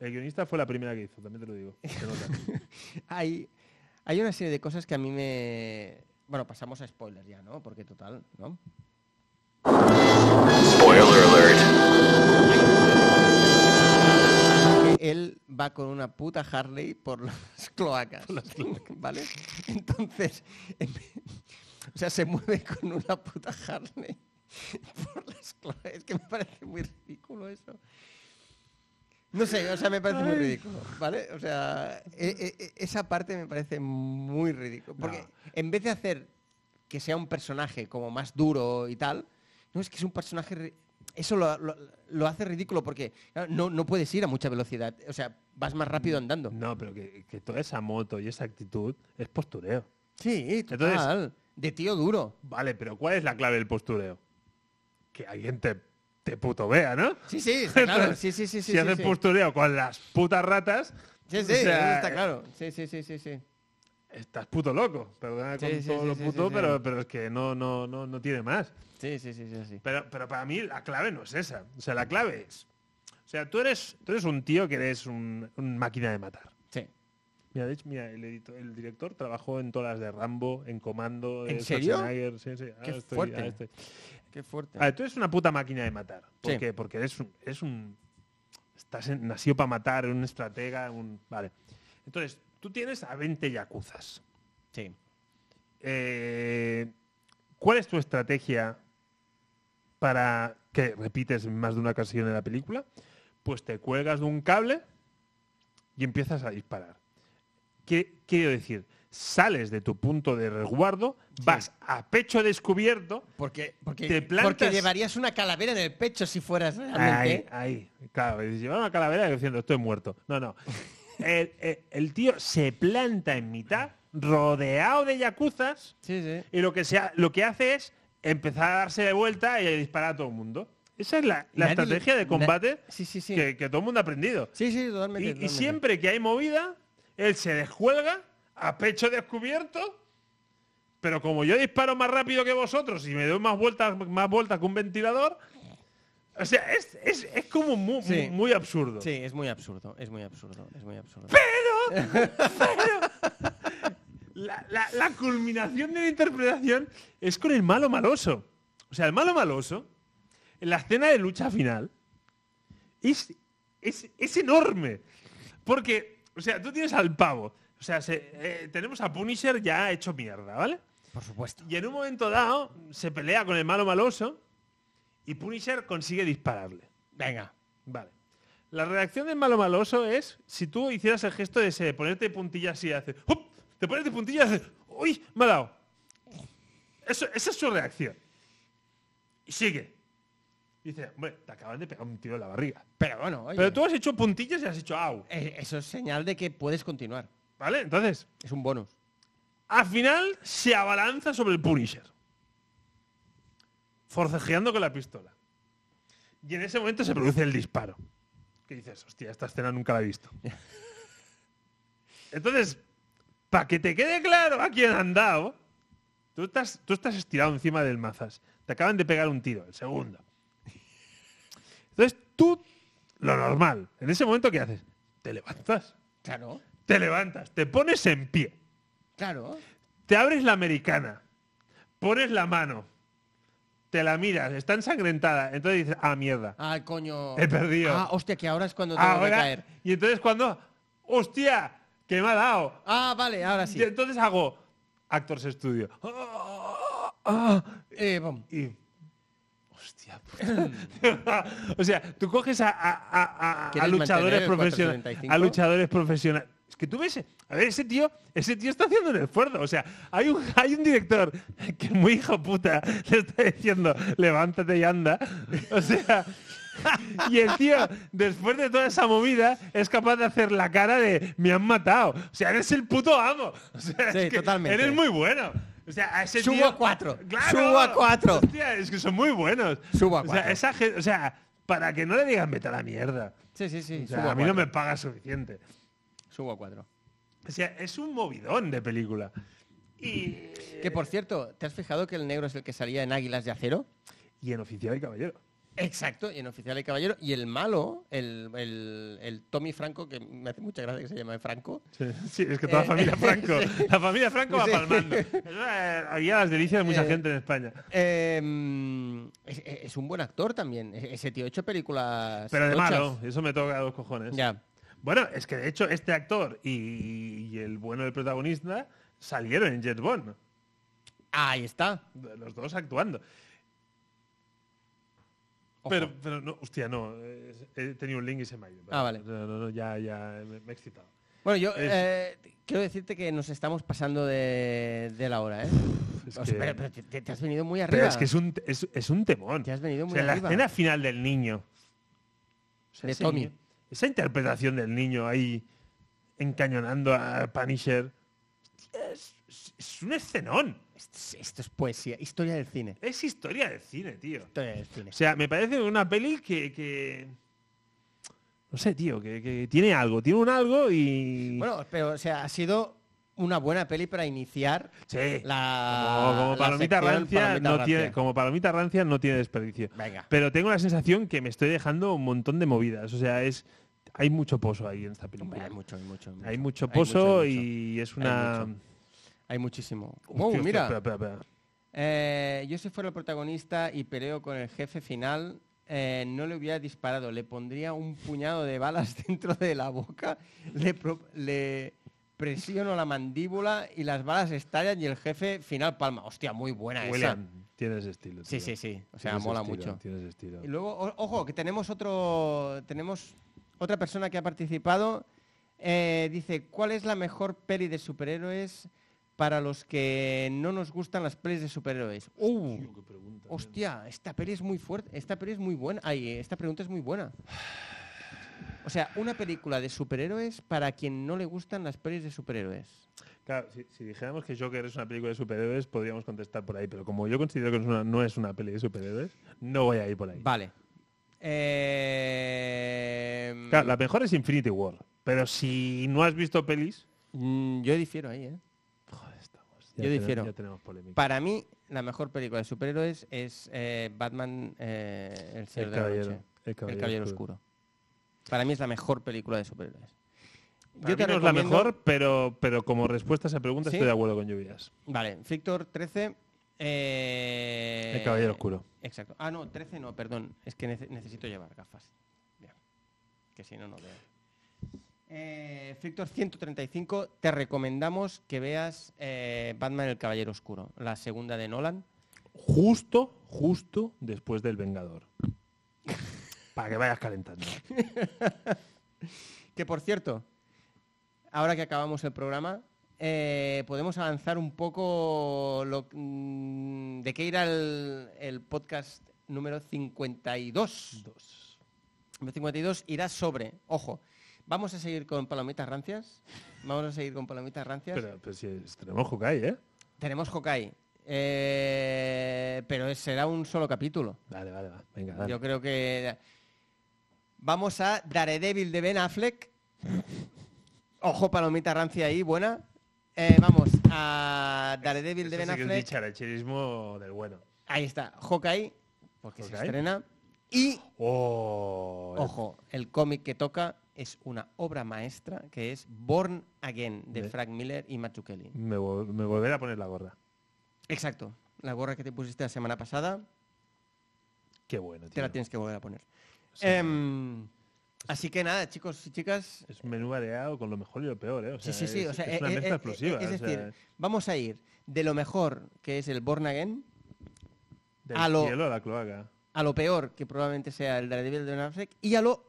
Speaker 1: El guionista fue la primera que hizo, también te lo
Speaker 2: (laughs)
Speaker 1: digo. se nota.
Speaker 2: hay, hay una serie de cosas que a mí me. Bueno, pasamos a spoilers ya, ¿no? Porque total, ¿no?
Speaker 3: Spoiler alert.
Speaker 2: que él va con una puta Harley por las (laughs) cloacas. ¿Vale? Entonces, (laughs) en vez- o sea, se mueve con una puta Harley (laughs) por las cloacas. Es que me parece muy ridículo eso. No sé, o sea, me parece muy ridículo, ¿vale? O sea, e- e- e- esa parte me parece muy ridículo. Porque
Speaker 1: No.
Speaker 2: en vez de hacer que sea un personaje como más duro y tal, no, es que es un personaje... ri- Eso lo, lo- lo hace ridículo porque claro, no, no puedes ir a mucha velocidad. O sea, vas más rápido andando.
Speaker 1: no, pero que, que toda esa moto y esa actitud es postureo.
Speaker 2: Sí,
Speaker 1: Entonces-
Speaker 2: total. De tío duro.
Speaker 1: Vale, pero ¿cuál es la clave del postureo? Que alguien te, te puto vea, ¿no?
Speaker 2: Sí, sí, está claro.
Speaker 1: Entonces,
Speaker 2: Sí, sí, sí. sí,
Speaker 1: si
Speaker 2: sí,
Speaker 1: haces
Speaker 2: sí.
Speaker 1: postureo con las putas ratas,
Speaker 2: Sí, sí,
Speaker 1: o sea, eh,
Speaker 2: está claro. Sí, sí, sí, sí, sí.
Speaker 1: estás puto loco. Perdona
Speaker 2: Sí,
Speaker 1: con
Speaker 2: sí,
Speaker 1: todo
Speaker 2: sí,
Speaker 1: lo
Speaker 2: sí,
Speaker 1: puto,
Speaker 2: sí, sí.
Speaker 1: pero, pero es que no, no, no, no tiene más.
Speaker 2: Sí, sí, sí, sí, sí.
Speaker 1: Pero, pero para mí la clave no es esa. O sea, la clave es. O sea, tú eres, tú eres un tío que eres un, un máquina de matar.
Speaker 2: Sí.
Speaker 1: Mira, de hecho, mira, el, edito- el director trabajó en todas las de Rambo, en Comando, de
Speaker 2: ¿En serio?
Speaker 1: Schwarzenegger. Sí, sí. Ahora
Speaker 2: Qué
Speaker 1: estoy-
Speaker 2: fuerte.
Speaker 1: ahora estoy.
Speaker 2: Qué fuerte.
Speaker 1: A ver, tú eres Ah, una puta máquina de matar. ¿Por
Speaker 2: Sí.
Speaker 1: qué? Porque eres un. eres un- estás en- nacido para matar, eres un estratega, un. Vale. Entonces, tú tienes a 20 yakuzas.
Speaker 2: Sí.
Speaker 1: Eh, ¿Cuál es tu estrategia para que repites en más de una ocasión en la película? Pues te cuelgas de un cable y empiezas a disparar. ¿Qué quiero decir? Sales de tu punto de resguardo, vas a pecho descubierto.
Speaker 2: Porque, porque,
Speaker 1: Te
Speaker 2: porque
Speaker 1: plantas-
Speaker 2: llevarías una calavera en el pecho si fueras
Speaker 1: Ahí,
Speaker 2: realmente.
Speaker 1: ahí. Claro, y llevaba una calavera diciendo, estoy muerto. No,
Speaker 2: (laughs)
Speaker 1: no. El, el- el tío se planta en mitad, rodeado de yacuzas.
Speaker 2: Sí, sí.
Speaker 1: Y lo que, sea, lo que hace es empezar a darse de vuelta y a disparar a todo el mundo. Esa es la, la
Speaker 2: Nadie-
Speaker 1: estrategia de
Speaker 2: na-
Speaker 1: combate
Speaker 2: Sí, sí, sí.
Speaker 1: Que, que todo el mundo ha aprendido.
Speaker 2: Sí, sí,
Speaker 1: Y-
Speaker 2: totalmente.
Speaker 1: y,
Speaker 2: totalmente.
Speaker 1: siempre que hay movida, él se descuelga a pecho descubierto. Pero como yo disparo más rápido que vosotros y me doy más vueltas, más vueltas que un ventilador, o sea, es, es- es como mu- mu- muy,
Speaker 2: Sí.
Speaker 1: absurdo.
Speaker 2: Sí, es muy absurdo, es muy absurdo, es muy absurdo.
Speaker 1: La, la- la culminación de la interpretación es con el malo maloso. O sea, el malo maloso, en la escena de lucha final, es, es, es enorme. Porque, o sea, tú tienes al pavo. O sea, se- eh, tenemos a Punisher ya hecho mierda, ¿vale?
Speaker 2: Por supuesto.
Speaker 1: Y en un momento dado se pelea con el malo maloso y Punisher consigue dispararle.
Speaker 2: Venga.
Speaker 1: Vale. La reacción del malo maloso es si tú hicieras el gesto de ese, de ponerte puntillas y hacer ¡up! Te pones de puntillas y haces ¡Uy! ¡Me ha dado! Eso- esa es su reacción. Y sigue. Dice, hombre, te acaban de pegar un tiro en la barriga.
Speaker 2: Pero bueno, oye,
Speaker 1: Pero tú has hecho puntillas y has hecho au.
Speaker 2: eh, eso es señal de que puedes continuar.
Speaker 1: ¿Vale? Entonces,
Speaker 2: Es un bonus.
Speaker 1: al final se abalanza sobre el Punisher. Forcejeando con la pistola. Y en ese momento se produce el disparo. Que dices, hostia, esta escena nunca la he visto. Entonces, para que te quede claro a quién han dado, tú estás, tú estás estirado encima del mazas. Te acaban de pegar un tiro, el segundo. Entonces, tú, lo normal, en ese momento, ¿qué haces? Te levantas.
Speaker 2: Claro,
Speaker 1: Te levantas, te pones en pie.
Speaker 2: claro.
Speaker 1: Te abres la americana, pones la mano, te la miras, está ensangrentada. Entonces dices, ah, mierda.
Speaker 2: Ah, coño.
Speaker 1: He perdido.
Speaker 2: Ah, hostia, que ahora es cuando tengo que
Speaker 1: Ahora.
Speaker 2: caer.
Speaker 1: Y entonces cuando, hostia, que me ha dado.
Speaker 2: Ah, vale, ahora sí.
Speaker 1: Y entonces hago
Speaker 2: Ah,
Speaker 1: Actors Studio.
Speaker 2: Eh, bom.
Speaker 1: Y, Hostia puta. (laughs) o sea, tú coges a, a- a- a- a
Speaker 2: ¿Quieres
Speaker 1: luchadores
Speaker 2: mantener el
Speaker 1: profesionales.
Speaker 2: 435?
Speaker 1: A luchadores profesionales. Es que tú ves. A ver, ese tío, ese tío está haciendo un esfuerzo. O sea, hay un, hay un director que es muy hijo puta le está diciendo, levántate y anda. O sea. Y el tío, después de toda esa movida, es capaz de hacer la cara de me han matado. O sea, eres el puto amo. O sea,
Speaker 2: Sí,
Speaker 1: es que
Speaker 2: totalmente.
Speaker 1: Eres muy bueno. O sea, a ese
Speaker 2: Subo
Speaker 1: tío-
Speaker 2: a cuatro.
Speaker 1: ¡Claro!
Speaker 2: Subo a cuatro.
Speaker 1: Hostia, es que son muy buenos.
Speaker 2: Subo a
Speaker 1: O sea,
Speaker 2: cuatro.
Speaker 1: esa gen- o sea, para que no le digan vete a la mierda.
Speaker 2: Sí, sí, sí.
Speaker 1: O sea,
Speaker 2: subo a,
Speaker 1: a mí no me
Speaker 2: cuatro.
Speaker 1: paga suficiente.
Speaker 2: Subo a cuatro.
Speaker 1: O sea, es un movidón de película. Y,
Speaker 2: Que por cierto, ¿te has fijado que el negro es el que salía en Águilas de Acero?
Speaker 1: y en Oficial y Caballero.
Speaker 2: Exacto, y en Oficial y Caballero. Y el malo, el, el- el Tommy Franco, que me hace mucha gracia que se llame Franco.
Speaker 1: Sí, sí, es que toda la
Speaker 2: Eh, (laughs)
Speaker 1: familia Franco. La familia Franco va
Speaker 2: Sí.
Speaker 1: palmando. Eso, eh, había las delicias de mucha
Speaker 2: Eh,
Speaker 1: gente en España.
Speaker 2: eh, es, es un buen actor también. E- Ese tío ha hecho películas.
Speaker 1: Pero de
Speaker 2: tochas.
Speaker 1: malo, eso me toca dos cojones.
Speaker 2: Ya.
Speaker 1: Bueno, es que de hecho este actor y, y el bueno del protagonista salieron en Jet Bond.
Speaker 2: Ahí está.
Speaker 1: Los dos actuando.
Speaker 2: Ojo.
Speaker 1: Pero, pero no, hostia, no. eh, He tenido un link y se me ha ido.
Speaker 2: Ah, vale.
Speaker 1: No, no, no, ya, ya, me, me he excitado.
Speaker 2: Bueno, yo
Speaker 1: Es-
Speaker 2: eh, quiero decirte que nos estamos pasando de, de la hora, ¿eh?
Speaker 1: Es
Speaker 2: O sea,
Speaker 1: que-
Speaker 2: pero pero te, te- te has venido muy arriba.
Speaker 1: Pero es que es un, es, es un temón.
Speaker 2: Te has venido
Speaker 1: O
Speaker 2: muy
Speaker 1: sea, la
Speaker 2: arriba.
Speaker 1: escena final del niño. O sea,
Speaker 2: De
Speaker 1: ese
Speaker 2: Tommy.
Speaker 1: niño- esa interpretación del niño ahí encañonando a Punisher. Es, es- es un escenón.
Speaker 2: Esto, es- esto es poesía, historia del cine.
Speaker 1: Es historia de cine, tío.
Speaker 2: Historia del cine.
Speaker 1: O sea, me parece una peli que... que- no sé, tío, que, que tiene algo, tiene un algo y...
Speaker 2: Bueno, pero o sea, ha sido una buena peli para iniciar
Speaker 1: Sí.
Speaker 2: la
Speaker 1: Como, como
Speaker 2: Ah, la
Speaker 1: palomita
Speaker 2: sección
Speaker 1: rancia
Speaker 2: Palomita
Speaker 1: no
Speaker 2: Rancia.
Speaker 1: tiene, como palomita rancia no tiene desperdicio.
Speaker 2: Venga.
Speaker 1: Pero tengo la sensación que me estoy dejando un montón de movidas. O sea, es hay mucho pozo ahí en esta película.
Speaker 2: Hombre, hay mucho, hay mucho.
Speaker 1: Hay mucho
Speaker 2: hay mucho,
Speaker 1: pozo
Speaker 2: hay mucho.
Speaker 1: y es una.
Speaker 2: Hay mucho. Hay muchísimo.
Speaker 1: Hostia,
Speaker 2: Wow,
Speaker 1: hostia,
Speaker 2: mira.
Speaker 1: espera, espera, espera.
Speaker 2: Eh, yo si fuera el protagonista y peleo con el jefe final, eh, no le hubiera disparado, le pondría un puñado de balas (laughs) dentro de la boca, le, pro- le presiono la mandíbula y las balas estallan y el jefe final palma. Hostia, muy buena
Speaker 1: William, tienes estilo.
Speaker 2: Ah, esa. Sí,
Speaker 1: tío.
Speaker 2: sí, sí. O sea,
Speaker 1: Tienes
Speaker 2: mola
Speaker 1: estilo,
Speaker 2: mucho.
Speaker 1: Tienes estilo.
Speaker 2: Y luego, o- ojo, que tenemos otro. Tenemos otra persona que ha participado. Eh, dice, ¿cuál es la mejor peli de superhéroes para los que no nos gustan las pelis de superhéroes? ¡Uh! Hostia, esta peli es muy fuerte. Esta peli es muy buena. Ay, esta pregunta es muy buena. O sea, una película de superhéroes para quien no le gustan las pelis de superhéroes.
Speaker 1: Claro, si, si dijéramos que Joker es una película de superhéroes, podríamos contestar por ahí. Pero como yo considero que es una- no es una peli de superhéroes, no voy a ir por ahí.
Speaker 2: Vale. Eh,
Speaker 1: Claro, la mejor es Infinity War. Pero si no has visto pelis.
Speaker 2: mm, Yo difiero ahí, ¿eh?
Speaker 1: Joder, estamos.
Speaker 2: Yo difiero.
Speaker 1: ya tenemos polémica.
Speaker 2: Para mí, la mejor película de superhéroes es eh, Batman, eh, el Señor
Speaker 1: El
Speaker 2: de la
Speaker 1: Caballero,
Speaker 2: Noche.
Speaker 1: el Caballero
Speaker 2: oscuro. Para mí es la mejor película de superhéroes.
Speaker 1: Para mí no es la
Speaker 2: recomiendo-
Speaker 1: mejor, pero, pero como respuesta a esa pregunta
Speaker 2: ¿Sí?
Speaker 1: estoy de acuerdo con Lluvias.
Speaker 2: Vale, Victor 13. eh,
Speaker 1: El Caballero Oscuro.
Speaker 2: Exacto. Ah, no, 13 no, perdón. Es que nece- necesito llevar gafas. Ya. Que si no, no veo. Eh, Frictor 135, te recomendamos que veas eh, Batman el Caballero Oscuro, la segunda de Nolan.
Speaker 1: Justo, justo después del
Speaker 2: (laughs)
Speaker 1: Vengador. Para que vayas calentando.
Speaker 2: Que por cierto, ahora que acabamos el programa, eh, podemos avanzar un poco lo- mm, de qué irá el, el podcast número 52. Número 52 irá sobre, ojo, vamos a seguir con palomitas rancias. Vamos a seguir con palomitas rancias.
Speaker 1: Pero, pero si es- tenemos Hawkeye, ¿eh?
Speaker 2: Tenemos Hokkai, eh, pero será un solo capítulo.
Speaker 1: Vale, vale, va. Venga, dale.
Speaker 2: Yo creo que vamos a Daredevil de
Speaker 1: (laughs)
Speaker 2: Ben Affleck. Ojo, palomita rancia ahí, buena. Eh, vamos a Daredevil de
Speaker 1: Eso
Speaker 2: Ben
Speaker 1: sí que es
Speaker 2: Affleck.
Speaker 1: dicharacherismo del bueno.
Speaker 2: Ahí está, Hawkeye, porque se
Speaker 1: Hawkeye.
Speaker 2: estrena. Y,
Speaker 1: Oh,
Speaker 2: ojo, el cómic que toca es una obra maestra que es Born Again de
Speaker 1: De-
Speaker 2: Frank Miller y Matthew Kelly.
Speaker 1: Me, vol- me volveré a poner la gorra.
Speaker 2: Exacto, la gorra que te pusiste la semana pasada
Speaker 1: Qué bueno, tío.
Speaker 2: te la tienes que volver a poner.
Speaker 1: Sí.
Speaker 2: Em, así que nada, chicos y chicas,
Speaker 1: Es menú variado con lo mejor y lo peor, ¿eh? O sea,
Speaker 2: sí, sí, sí.
Speaker 1: Es,
Speaker 2: o sea,
Speaker 1: es una
Speaker 2: eh, eh,
Speaker 1: mezcla
Speaker 2: eh,
Speaker 1: explosiva.
Speaker 2: Es
Speaker 1: o sea,
Speaker 2: decir, vamos a ir de lo mejor, que es el Born Again,
Speaker 1: del
Speaker 2: a lo-
Speaker 1: cielo a la cloaca.
Speaker 2: a lo peor, que probablemente sea el Daredevil de Ben Affleck, y a lo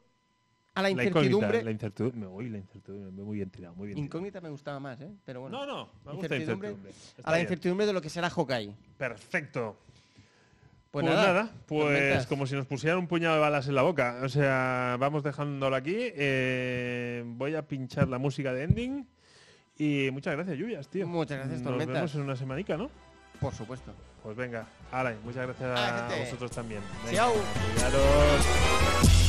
Speaker 2: a la
Speaker 1: La incógnita,
Speaker 2: incertidumbre.
Speaker 1: la incertidumbre. Me voy, la incertidumbre. Muy bien tirado, muy bien tirado.
Speaker 2: incógnita me gustaba más, ¿eh? Pero bueno.
Speaker 1: No, no, me gusta
Speaker 2: Incertidumbre.
Speaker 1: incertidumbre.
Speaker 2: a la
Speaker 1: Está bien.
Speaker 2: incertidumbre de lo que será Hawkeye.
Speaker 1: Perfecto.
Speaker 2: Pues, nada,
Speaker 1: pues
Speaker 2: tormentas.
Speaker 1: como si nos pusieran un puñado de balas en la boca. O sea, vamos dejándolo aquí. Eh, voy a pinchar la música de ending. Y muchas gracias, Lluvias, tío.
Speaker 2: Muchas gracias,
Speaker 1: Nos
Speaker 2: Tormentas.
Speaker 1: vemos en una semanica, ¿no?
Speaker 2: Por supuesto.
Speaker 1: Pues venga, ala, y muchas gracias
Speaker 2: Ala,
Speaker 1: a
Speaker 2: gente.
Speaker 1: vosotros también. Venga,
Speaker 2: Chao.
Speaker 1: cuidaros.